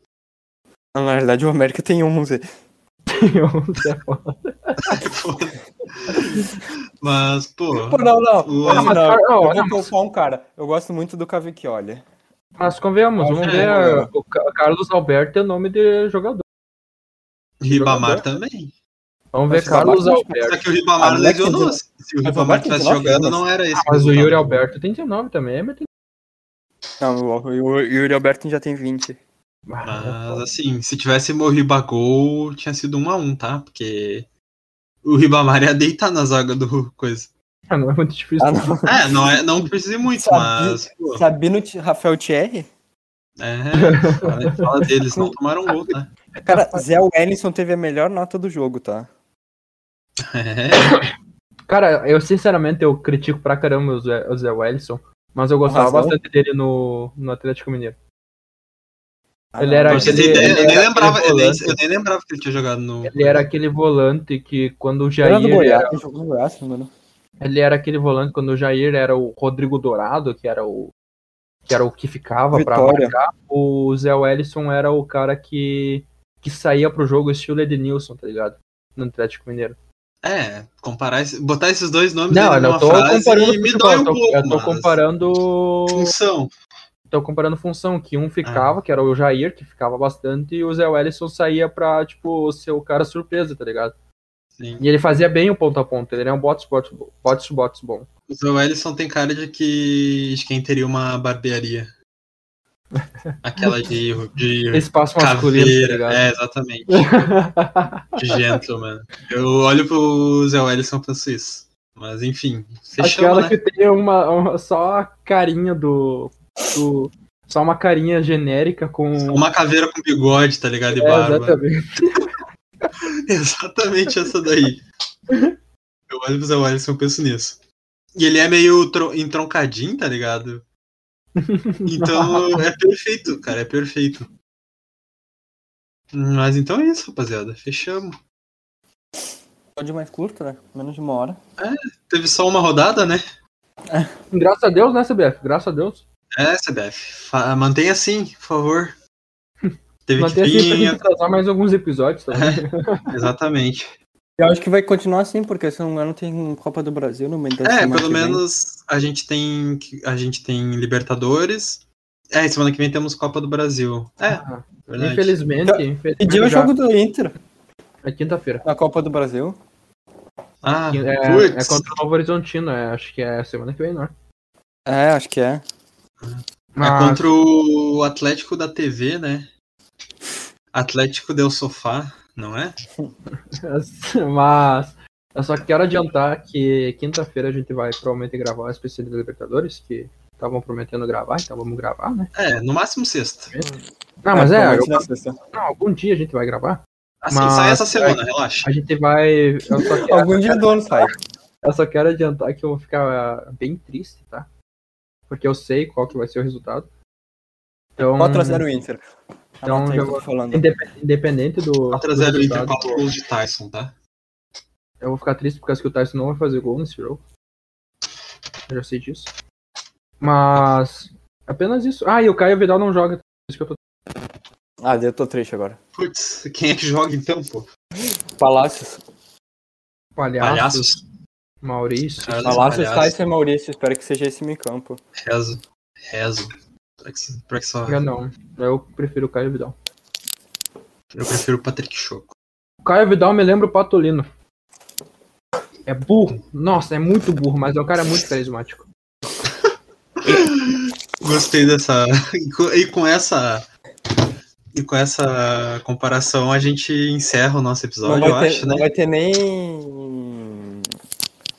Speaker 2: Não, na realidade o América tem 11.
Speaker 4: 11 é foda.
Speaker 3: Mas,
Speaker 4: um
Speaker 3: pô.
Speaker 2: Pô, não, não.
Speaker 3: O-
Speaker 2: Mas, tá-
Speaker 3: Ah,
Speaker 4: mas,
Speaker 2: não,
Speaker 4: cara, não,
Speaker 2: eu vou
Speaker 4: não,
Speaker 2: poupar um cara. Eu gosto muito do Cavicchioli.
Speaker 4: Mas convenhamos, vamos ver.
Speaker 2: é.
Speaker 4: O Ca- Carlos Alberto é nome de jogador.
Speaker 3: Ribamar também.
Speaker 4: Vamos ver
Speaker 2: Mas tá o
Speaker 4: Carlos
Speaker 2: Alberto-
Speaker 3: Só
Speaker 4: Alberto.
Speaker 3: que o Ribamar
Speaker 2: Alex
Speaker 3: lesionou.
Speaker 4: um
Speaker 2: Dino-
Speaker 3: Se se o
Speaker 2: Mas o
Speaker 3: Ribamar
Speaker 2: Alex
Speaker 3: tivesse
Speaker 2: Dinoff
Speaker 3: jogado,
Speaker 2: lesionou.
Speaker 3: não era esse.
Speaker 4: Ah, Mas o
Speaker 3: resultado.
Speaker 4: Yuri é Alberto tem 19 também, é, mas tem.
Speaker 2: Não, o, o, o Yuri Alberto já tem 20.
Speaker 4: um
Speaker 3: Mas, assim, se tivesse morrido a gol, tinha sido 1 a 1 tá? Porque o Ribamar ia deitar na zaga do coisa.
Speaker 4: Ah, não é muito difícil.
Speaker 2: Ah, não.
Speaker 3: É, não, é, não precisa ir muito,
Speaker 2: Sabia.
Speaker 3: mas. Pô,
Speaker 2: Sabino Ti- Rafael Thierry?
Speaker 3: é, fala, fala deles, não tomaram gol, tá?
Speaker 2: Cara, Zé Wellington teve a melhor nota do jogo, tá?
Speaker 3: É,
Speaker 4: Cara, eu sinceramente eu critico pra caramba o Zé, o Zé Wellison, mas eu gostava
Speaker 2: razão.
Speaker 4: bastante dele no, no Atlético Mineiro.
Speaker 2: Ah,
Speaker 4: Ele era
Speaker 3: pra vocês terem
Speaker 4: aquele-
Speaker 3: ideia, eu,
Speaker 4: ele
Speaker 3: nem
Speaker 4: era
Speaker 3: lembrava, eu, nem,
Speaker 4: volante.
Speaker 3: eu nem lembrava que ele tinha jogado no.
Speaker 4: Ele era aquele volante que quando o Jair.
Speaker 2: Era do Goiás,
Speaker 4: era-
Speaker 2: ele jogou no Goiás, mano.
Speaker 4: ele era aquele volante quando o Jair era o Rodrigo Dourado, que era o. Que era o que ficava pra
Speaker 2: Vitória.
Speaker 4: marcar. O Zé Wellison era o cara que. que saía pro jogo estilo Edenilson, tá ligado? No Atlético Mineiro.
Speaker 3: É, comparar, esse- botar esses dois nomes
Speaker 4: Não,
Speaker 3: aí
Speaker 4: eu
Speaker 3: numa
Speaker 4: não tô
Speaker 3: frase
Speaker 4: comparando
Speaker 3: e me
Speaker 4: futebol,
Speaker 3: dói um
Speaker 4: eu tô,
Speaker 3: pouco.
Speaker 4: eu tô
Speaker 3: mas
Speaker 4: comparando.
Speaker 3: Função.
Speaker 4: Tô comparando função, que um
Speaker 3: Ah.
Speaker 4: ficava, que era o Jair, que ficava bastante, e o Zé Wellison saía pra, tipo, ser o cara surpresa, tá ligado?
Speaker 3: Sim.
Speaker 4: E ele fazia bem o ponta a ponta, ele era um bots, bots, bots, bots bom.
Speaker 3: O Zé Wellison tem cara de que. de quem teria uma barbearia. Aquela de. de
Speaker 4: Espaço masculino, tá
Speaker 3: caveira.
Speaker 4: ligado?
Speaker 3: É, exatamente. é.
Speaker 4: <laughs>
Speaker 3: De gentleman. Eu olho pro Zé Wellison e penso isso. Mas enfim, fechamos,
Speaker 4: Aquela
Speaker 3: né?
Speaker 4: que tem uma, uma- só a carinha do, do- Só uma carinha genérica com.
Speaker 3: Uma caveira com bigode, tá ligado? E
Speaker 4: É,
Speaker 3: barba.
Speaker 4: exatamente.
Speaker 3: <laughs> Exatamente essa daí. Eu olho pro Zé Wellison e penso nisso. E ele é meio tro- entroncadinho, tá ligado? Então é perfeito, cara, é perfeito. Mas então é isso, rapaziada. Fechamos.
Speaker 2: Pode mais curto, né? Menos de uma hora.
Speaker 3: Teve só uma rodada, né?
Speaker 4: Graças a Deus, né, CBF? Graças a Deus.
Speaker 3: É, CBF. Fa- mantenha assim, por favor. Teve que
Speaker 4: Manter assim pra gente
Speaker 3: vir.
Speaker 4: atrasar mais alguns episódios tá
Speaker 3: É,
Speaker 4: também.
Speaker 3: Exatamente.
Speaker 2: Eu acho que vai continuar assim, porque se não me engano tem Copa do Brasil no meio da
Speaker 3: É,
Speaker 2: semana
Speaker 3: pelo
Speaker 2: que vem.
Speaker 3: menos a gente tem a gente tem Libertadores. É, semana que vem temos Copa do Brasil. É,
Speaker 4: Ah,
Speaker 3: verdade.
Speaker 4: Infelizmente,
Speaker 2: Que dia é
Speaker 4: infelizmente.
Speaker 2: o
Speaker 4: já-
Speaker 2: jogo do Inter
Speaker 4: É quinta-feira.
Speaker 2: na Copa do Brasil?
Speaker 3: Ah,
Speaker 4: É,
Speaker 3: putz.
Speaker 4: é contra o Novo Horizontino, é, acho que é semana que vem, não é?
Speaker 2: É, acho que é.
Speaker 3: É contra o Atlético da TV, né? Atlético Del Sofá, não é?
Speaker 4: Mas, <laughs> mas eu só quero adiantar que quinta-feira a gente vai provavelmente gravar a especial da Libertadores, que estavam prometendo gravar, então vamos gravar, né?
Speaker 3: É, no máximo sexta.
Speaker 4: Ah, mas é,
Speaker 2: provavelmente
Speaker 4: eu-
Speaker 2: na sexta.
Speaker 4: não, algum dia a gente vai gravar.
Speaker 3: Assim,
Speaker 4: Mas- é
Speaker 3: sai essa semana, relaxa.
Speaker 4: A gente vai. Eu só quero,
Speaker 2: Algum dia do ano sai.
Speaker 4: Então, eu só quero adiantar que eu vou ficar ah, bem triste, tá? Porque eu sei qual que vai ser o resultado. Então,
Speaker 2: 4x0 Inter.
Speaker 4: Então,
Speaker 2: Anota aí o que eu
Speaker 4: jogou-
Speaker 2: tô falando.
Speaker 4: independ- independente do.
Speaker 3: 4x0 Inter,
Speaker 4: do resultado,
Speaker 3: 4 gols de Tyson, tá?
Speaker 4: Eu vou ficar triste por causa que o Tyson não vai fazer gol nesse jogo. Eu já sei disso. Mas. Apenas isso. Ah, e o Caio Vidal não joga. Por isso que eu tô-
Speaker 2: Ah, eu tô triste agora.
Speaker 3: Putz, quem é que joga então, pô?
Speaker 2: Palácios.
Speaker 4: Palhaços,
Speaker 3: Palhaços.
Speaker 4: Maurício.
Speaker 3: Cara,
Speaker 2: Palácios,
Speaker 3: palhaços.
Speaker 2: Tyson e Maurício. Espero que seja esse meio campo.
Speaker 3: Rezo. Rezo. Pra que, pra que só...
Speaker 4: Eu não. Eu prefiro o Caio Vidal.
Speaker 3: Eu prefiro o Patrick Choco.
Speaker 4: O Caio Vidal me lembra o Patolino. É burro. Nossa, é muito burro, mas é um cara muito carismático.
Speaker 3: Gostei dessa. <laughs> E co- E com essa. E com essa comparação a gente encerra o nosso
Speaker 2: Não
Speaker 3: episódio, eu
Speaker 2: vai, ter,
Speaker 3: acho, né?
Speaker 2: não vai ter nem.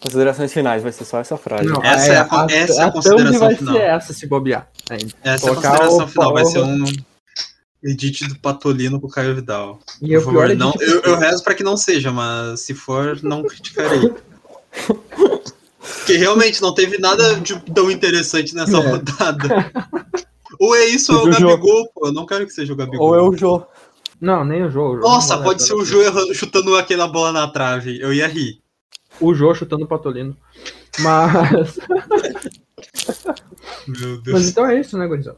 Speaker 2: Considerações finais, vai ser só essa frase.
Speaker 4: Não,
Speaker 3: Essa é a con- essa é a
Speaker 4: thumb
Speaker 3: consideração
Speaker 4: vai
Speaker 3: final.
Speaker 4: ser essa se bobear ainda.
Speaker 3: Essa é a
Speaker 4: Colocar
Speaker 3: consideração
Speaker 4: o
Speaker 3: final. Vai ser
Speaker 4: Paulo-
Speaker 3: um edit do Patolino com o Caio Vidal.
Speaker 4: E
Speaker 3: Por
Speaker 4: o pior
Speaker 3: favor,
Speaker 4: é
Speaker 3: não,
Speaker 4: que
Speaker 3: eu, eu rezo pra que não seja, mas se for, não criticarei. Porque realmente não teve nada de tão interessante nessa
Speaker 4: É.
Speaker 3: rodada. Ou é isso ou é o
Speaker 2: Teve o jogo.
Speaker 3: Gabigol, pô. Eu não quero que seja o Gabigol.
Speaker 2: Ou é o Jô.
Speaker 4: Não, é nem o jogo.
Speaker 3: Nossa, pode ser o Jô errando- chutando aquela bola na trave. Eu ia rir.
Speaker 4: O Jô chutando o Patolino. Mas.
Speaker 3: Meu
Speaker 4: Mas
Speaker 3: Deus.
Speaker 4: então é isso, né, gurizada?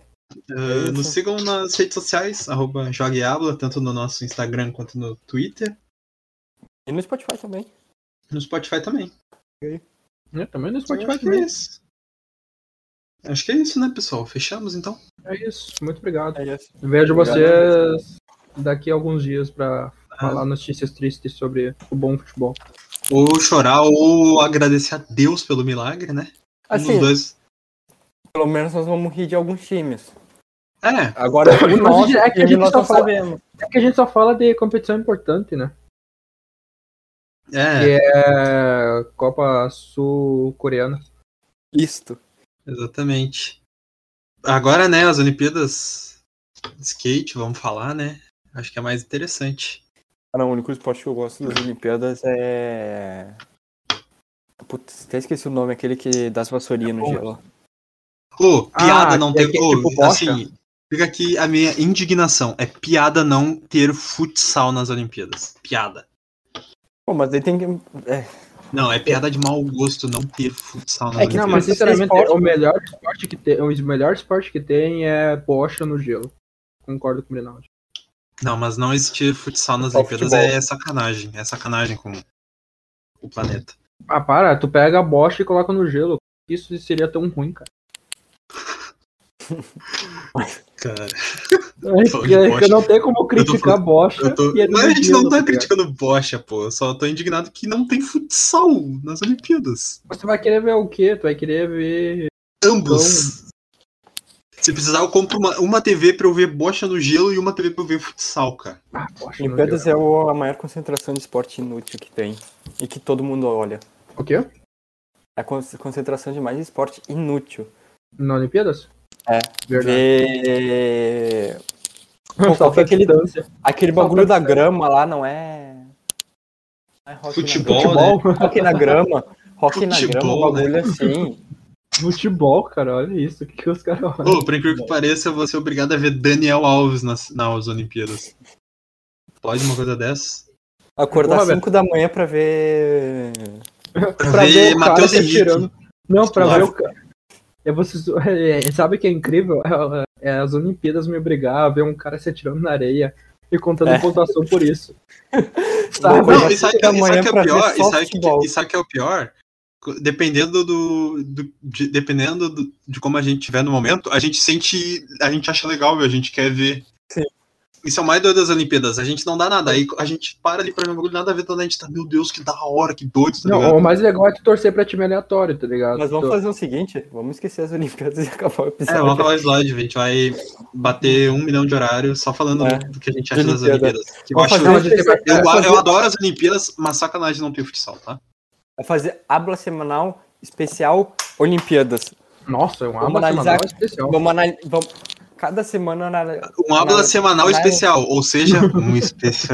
Speaker 3: Uh, nos sigam nas redes sociais, arroba Jogue Abla, tanto no nosso Instagram quanto no Twitter.
Speaker 2: E no Spotify também.
Speaker 3: No Spotify também.
Speaker 4: Eu Né, também no
Speaker 3: Spotify
Speaker 4: Spotify
Speaker 3: acho que é
Speaker 4: também.
Speaker 3: isso. Acho que é isso, né, pessoal? Fechamos então.
Speaker 4: É isso. Muito obrigado.
Speaker 2: É isso.
Speaker 4: Vejo
Speaker 2: Obrigado.
Speaker 4: vocês daqui a alguns dias pra
Speaker 3: Ah.
Speaker 4: falar notícias tristes sobre o bom futebol.
Speaker 3: Ou chorar ou agradecer a Deus pelo milagre, né? Um dos
Speaker 2: Assim,
Speaker 3: dois.
Speaker 2: pelo menos nós vamos rir de alguns times.
Speaker 3: É,
Speaker 4: <laughs>
Speaker 2: Agora,
Speaker 4: Mas
Speaker 2: o nosso
Speaker 4: é que a
Speaker 2: time
Speaker 4: gente
Speaker 2: nós
Speaker 4: só
Speaker 2: não
Speaker 4: fala-
Speaker 2: sabemos.
Speaker 4: É que a gente só fala de competição importante, né?
Speaker 3: é,
Speaker 4: É Copa Sul-Coreana.
Speaker 2: Isto.
Speaker 3: exatamente. Agora, né, as Olimpíadas skate, vamos falar, né? Acho que é mais interessante.
Speaker 2: Ah, não, o único esporte que eu gosto das Olimpíadas é. Putz, até esqueci o nome, aquele que das vassourinhas no
Speaker 4: É Bom.
Speaker 2: gelo.
Speaker 3: Ô, piada
Speaker 4: Ah,
Speaker 3: não
Speaker 4: é
Speaker 3: ter.
Speaker 4: que- é
Speaker 3: ô,
Speaker 4: tipo bocha.
Speaker 3: assim, fica aqui a minha indignação. É piada não ter futsal nas Olimpíadas. Piada.
Speaker 2: Pô, mas daí tem que. É,
Speaker 3: Não, é piada de mau gosto não ter futsal nas
Speaker 2: É que-
Speaker 4: Não,
Speaker 3: Olimpíadas.
Speaker 4: mas sinceramente,
Speaker 2: Esporte-
Speaker 3: né?
Speaker 4: o melhor esporte que tem, o melhor esporte que tem é bocha no gelo. Concordo com o Grinaldi.
Speaker 3: Não, mas não existir futsal nas
Speaker 2: Só
Speaker 3: Olimpíadas
Speaker 2: futebol.
Speaker 3: é sacanagem. É sacanagem com o planeta.
Speaker 4: Ah, para, tu pega a bocha e coloca no gelo. Isso seria tão ruim, cara.
Speaker 3: Cara, Falando de
Speaker 4: É, que
Speaker 3: bocha.
Speaker 4: eu não tenho como criticar a bocha.
Speaker 3: eu tô...
Speaker 4: e é no
Speaker 3: Mas a gente
Speaker 4: gelo,
Speaker 3: não tá
Speaker 4: cara.
Speaker 3: criticando bocha, pô. Eu só tô indignado que não tem futsal nas Olimpíadas.
Speaker 4: Você vai querer ver o quê? Tu vai querer ver.
Speaker 3: Ambos. Se precisar, eu compro uma, uma TV pra eu ver bocha no gelo e uma TV pra eu ver futsal, cara.
Speaker 4: Ah, bocha no
Speaker 2: Olimpíadas
Speaker 4: gelo.
Speaker 2: é o- a maior concentração de esporte inútil que tem. E que todo mundo olha.
Speaker 4: O quê?
Speaker 2: É a con- concentração de mais esporte inútil.
Speaker 4: Na Olimpíadas?
Speaker 2: É.
Speaker 4: Verdade.
Speaker 2: Vê- Pô,
Speaker 4: Salto
Speaker 2: qualquer
Speaker 4: à
Speaker 2: aquele-
Speaker 4: distância.
Speaker 2: Aquele
Speaker 4: Só
Speaker 2: bagulho da
Speaker 4: pra-
Speaker 2: grama lá não é. não é hockey na-
Speaker 3: Futebol, né?
Speaker 2: futebol Rock na grama. Rock na grama, um
Speaker 3: Futebol, né?
Speaker 2: bagulho assim.
Speaker 4: Futebol, cara, olha isso. O que, que os caras olham?
Speaker 3: Ô, por incrível que pareça, eu vou ser obrigado a ver Daniel Alves nas, nas Olimpíadas. Pode uma coisa dessa?
Speaker 2: Acordar
Speaker 4: Porra,
Speaker 2: 5 da manhã pra ver.
Speaker 3: Pra,
Speaker 4: pra ver,
Speaker 3: ver
Speaker 4: o cara
Speaker 3: Matheus
Speaker 4: se
Speaker 3: Henrique.
Speaker 4: atirando. Não, pra
Speaker 3: Claro.
Speaker 4: ver o cara. É, vocês, é, sabe o que é incrível? É, é, as Olimpíadas me obrigar a ver um cara se atirando na areia e contando
Speaker 2: É.
Speaker 4: pontuação por isso.
Speaker 3: <laughs>
Speaker 4: sabe?
Speaker 2: Coisa
Speaker 3: Não, e sabe,
Speaker 2: da
Speaker 3: e sabe
Speaker 2: manhã
Speaker 3: que é
Speaker 2: pra ver
Speaker 3: pior? E
Speaker 2: só
Speaker 3: sabe que,
Speaker 2: futebol.
Speaker 3: e sabe que é o pior? Dependendo do. do- de, dependendo do- de como a gente tiver no momento, a gente sente. A gente acha legal, meu, a gente quer ver.
Speaker 2: Sim. É.
Speaker 3: Isso é o mais doido das Olimpíadas. A gente não dá nada. Aí a gente para ali pra ver um bagulho, nada a ver, então a gente tá, meu Deus, que da hora, que doido, tá ligado?
Speaker 4: Não, o mais legal é tu torcer pra time aleatório, tá ligado?
Speaker 2: Mas vamos
Speaker 4: Tu-
Speaker 2: fazer o seguinte: vamos esquecer as <laughs> Olimpíadas e acabar o
Speaker 3: É, vamos
Speaker 2: episódio.
Speaker 3: acabar o slide, a gente vai bater um milhão de horário só falando
Speaker 2: É.
Speaker 3: do que a gente acha
Speaker 2: De
Speaker 3: das
Speaker 2: Olimpíada.
Speaker 3: Olimpíadas. Que eu,
Speaker 2: Vamos
Speaker 3: acho,
Speaker 2: fazer
Speaker 4: Não,
Speaker 2: um
Speaker 4: a gente vai-
Speaker 3: eu,
Speaker 2: especial-
Speaker 3: eu
Speaker 2: fazer-
Speaker 3: adoro as Olimpíadas, mas sacanagem não ter futsal, tá?
Speaker 2: Vai fazer abla semanal especial Olimpíadas.
Speaker 4: Nossa, é um
Speaker 2: Vamos
Speaker 4: aba semanal
Speaker 2: analisar-
Speaker 4: especial.
Speaker 2: Vamos analisar. Vamos... Cada semana. anali-
Speaker 3: Um aula
Speaker 2: Não,
Speaker 3: semanal
Speaker 2: não.
Speaker 3: especial, ou
Speaker 4: <laughs>
Speaker 3: seja, um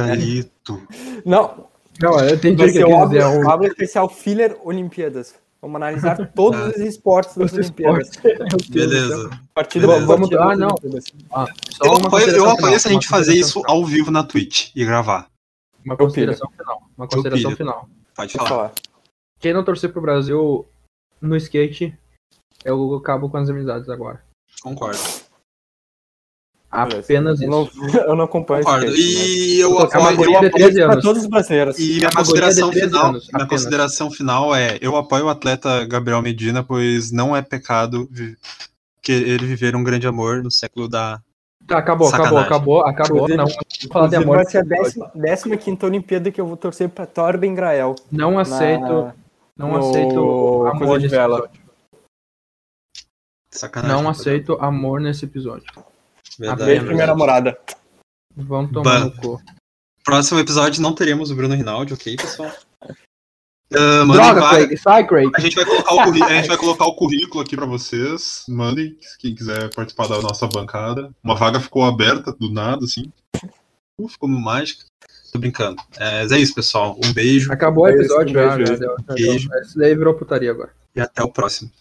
Speaker 3: especialito.
Speaker 2: Não,
Speaker 4: Não, eu entendi
Speaker 2: vai
Speaker 4: o que
Speaker 2: ser
Speaker 4: eu
Speaker 2: o
Speaker 4: quis dizer.
Speaker 2: abla,
Speaker 4: é um-
Speaker 2: abla especial filler Olimpíadas. Vamos analisar todos
Speaker 3: Ah.
Speaker 2: os esportes das
Speaker 4: Os
Speaker 2: Olimpíadas.
Speaker 4: esportes. Meu Deus do céu.
Speaker 3: Beleza.
Speaker 2: Partida
Speaker 3: Beleza.
Speaker 2: por
Speaker 4: Vamos-
Speaker 2: partida
Speaker 4: ah,
Speaker 2: das
Speaker 4: não.
Speaker 2: Olimpíadas.
Speaker 4: Ah, só
Speaker 3: Eu apoio,
Speaker 4: uma
Speaker 3: eu
Speaker 4: consideração
Speaker 3: apoio
Speaker 4: final,
Speaker 3: se a gente
Speaker 4: uma
Speaker 3: fazer
Speaker 4: consideração
Speaker 3: isso
Speaker 4: final.
Speaker 3: ao vivo na Twitch e gravar.
Speaker 4: Uma
Speaker 2: pilho.
Speaker 4: consideração final. Uma consideração
Speaker 3: pilho.
Speaker 4: final.
Speaker 3: Pode
Speaker 2: Deixa eu
Speaker 3: falar.
Speaker 2: falar.
Speaker 4: Quem não torcer pro Brasil no skate, eu acabo com as amizades agora.
Speaker 3: Concordo.
Speaker 4: Apenas
Speaker 2: eu
Speaker 4: isso.
Speaker 2: não, <laughs> eu não acompanho
Speaker 3: Concordo.
Speaker 2: skate, mas-
Speaker 3: E
Speaker 2: É
Speaker 3: eu
Speaker 2: uma
Speaker 3: apoio.
Speaker 4: guria
Speaker 2: guria
Speaker 4: de
Speaker 2: de
Speaker 4: 13
Speaker 2: pra
Speaker 4: anos.
Speaker 2: todos os brasileiros.
Speaker 3: E minha
Speaker 4: Uma guria
Speaker 3: consideração
Speaker 4: de 13
Speaker 3: final,
Speaker 4: anos,
Speaker 3: minha
Speaker 4: apenas.
Speaker 3: consideração final é, eu apoio o atleta Gabriel Medina, pois não é pecado vi- que ele viver um grande amor no século da
Speaker 4: Tá, acabou,
Speaker 3: Sacanagem.
Speaker 4: acabou, acabou, acabou. Não, vou falar de
Speaker 2: Inclusive,
Speaker 4: amor.
Speaker 2: vai ser a décima- 15 Olimpíada que eu vou torcer pra Torben Grael.
Speaker 4: Não aceito,
Speaker 2: Na...
Speaker 4: não
Speaker 2: no-
Speaker 4: aceito amor
Speaker 2: coisa de
Speaker 4: nesse
Speaker 2: vela.
Speaker 4: episódio.
Speaker 3: sacanagem.
Speaker 4: Não aceito amor nesse episódio.
Speaker 3: Verdade.
Speaker 2: Beijo pra minha namorada.
Speaker 4: Vão tomar
Speaker 3: Ban.
Speaker 4: no cu.
Speaker 3: Próximo episódio não teremos o Bruno Rinaldi, ok, pessoal?
Speaker 4: <laughs>
Speaker 3: Ah, mandem
Speaker 4: Droga,
Speaker 3: várias-
Speaker 4: Craig, sai, Craig.
Speaker 3: A gente vai colocar o, curri- a gente vai colocar o currículo aqui pra vocês. Mandem, quem quiser participar da nossa bancada. Uma vaga ficou aberta do nada, assim. Uh, ficou mágica. Tô brincando. É, mas é isso, pessoal. Um beijo
Speaker 4: Acabou o
Speaker 2: Beijo,
Speaker 4: episódio já,
Speaker 2: beijo.
Speaker 4: já deu, já
Speaker 3: Beijo.
Speaker 4: deu. Isso daí virou putaria agora.
Speaker 3: e até o próximo.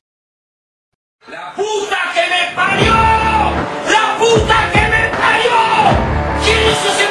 Speaker 1: La puta que me parió, la puta que me parió, ¿quién hizo ese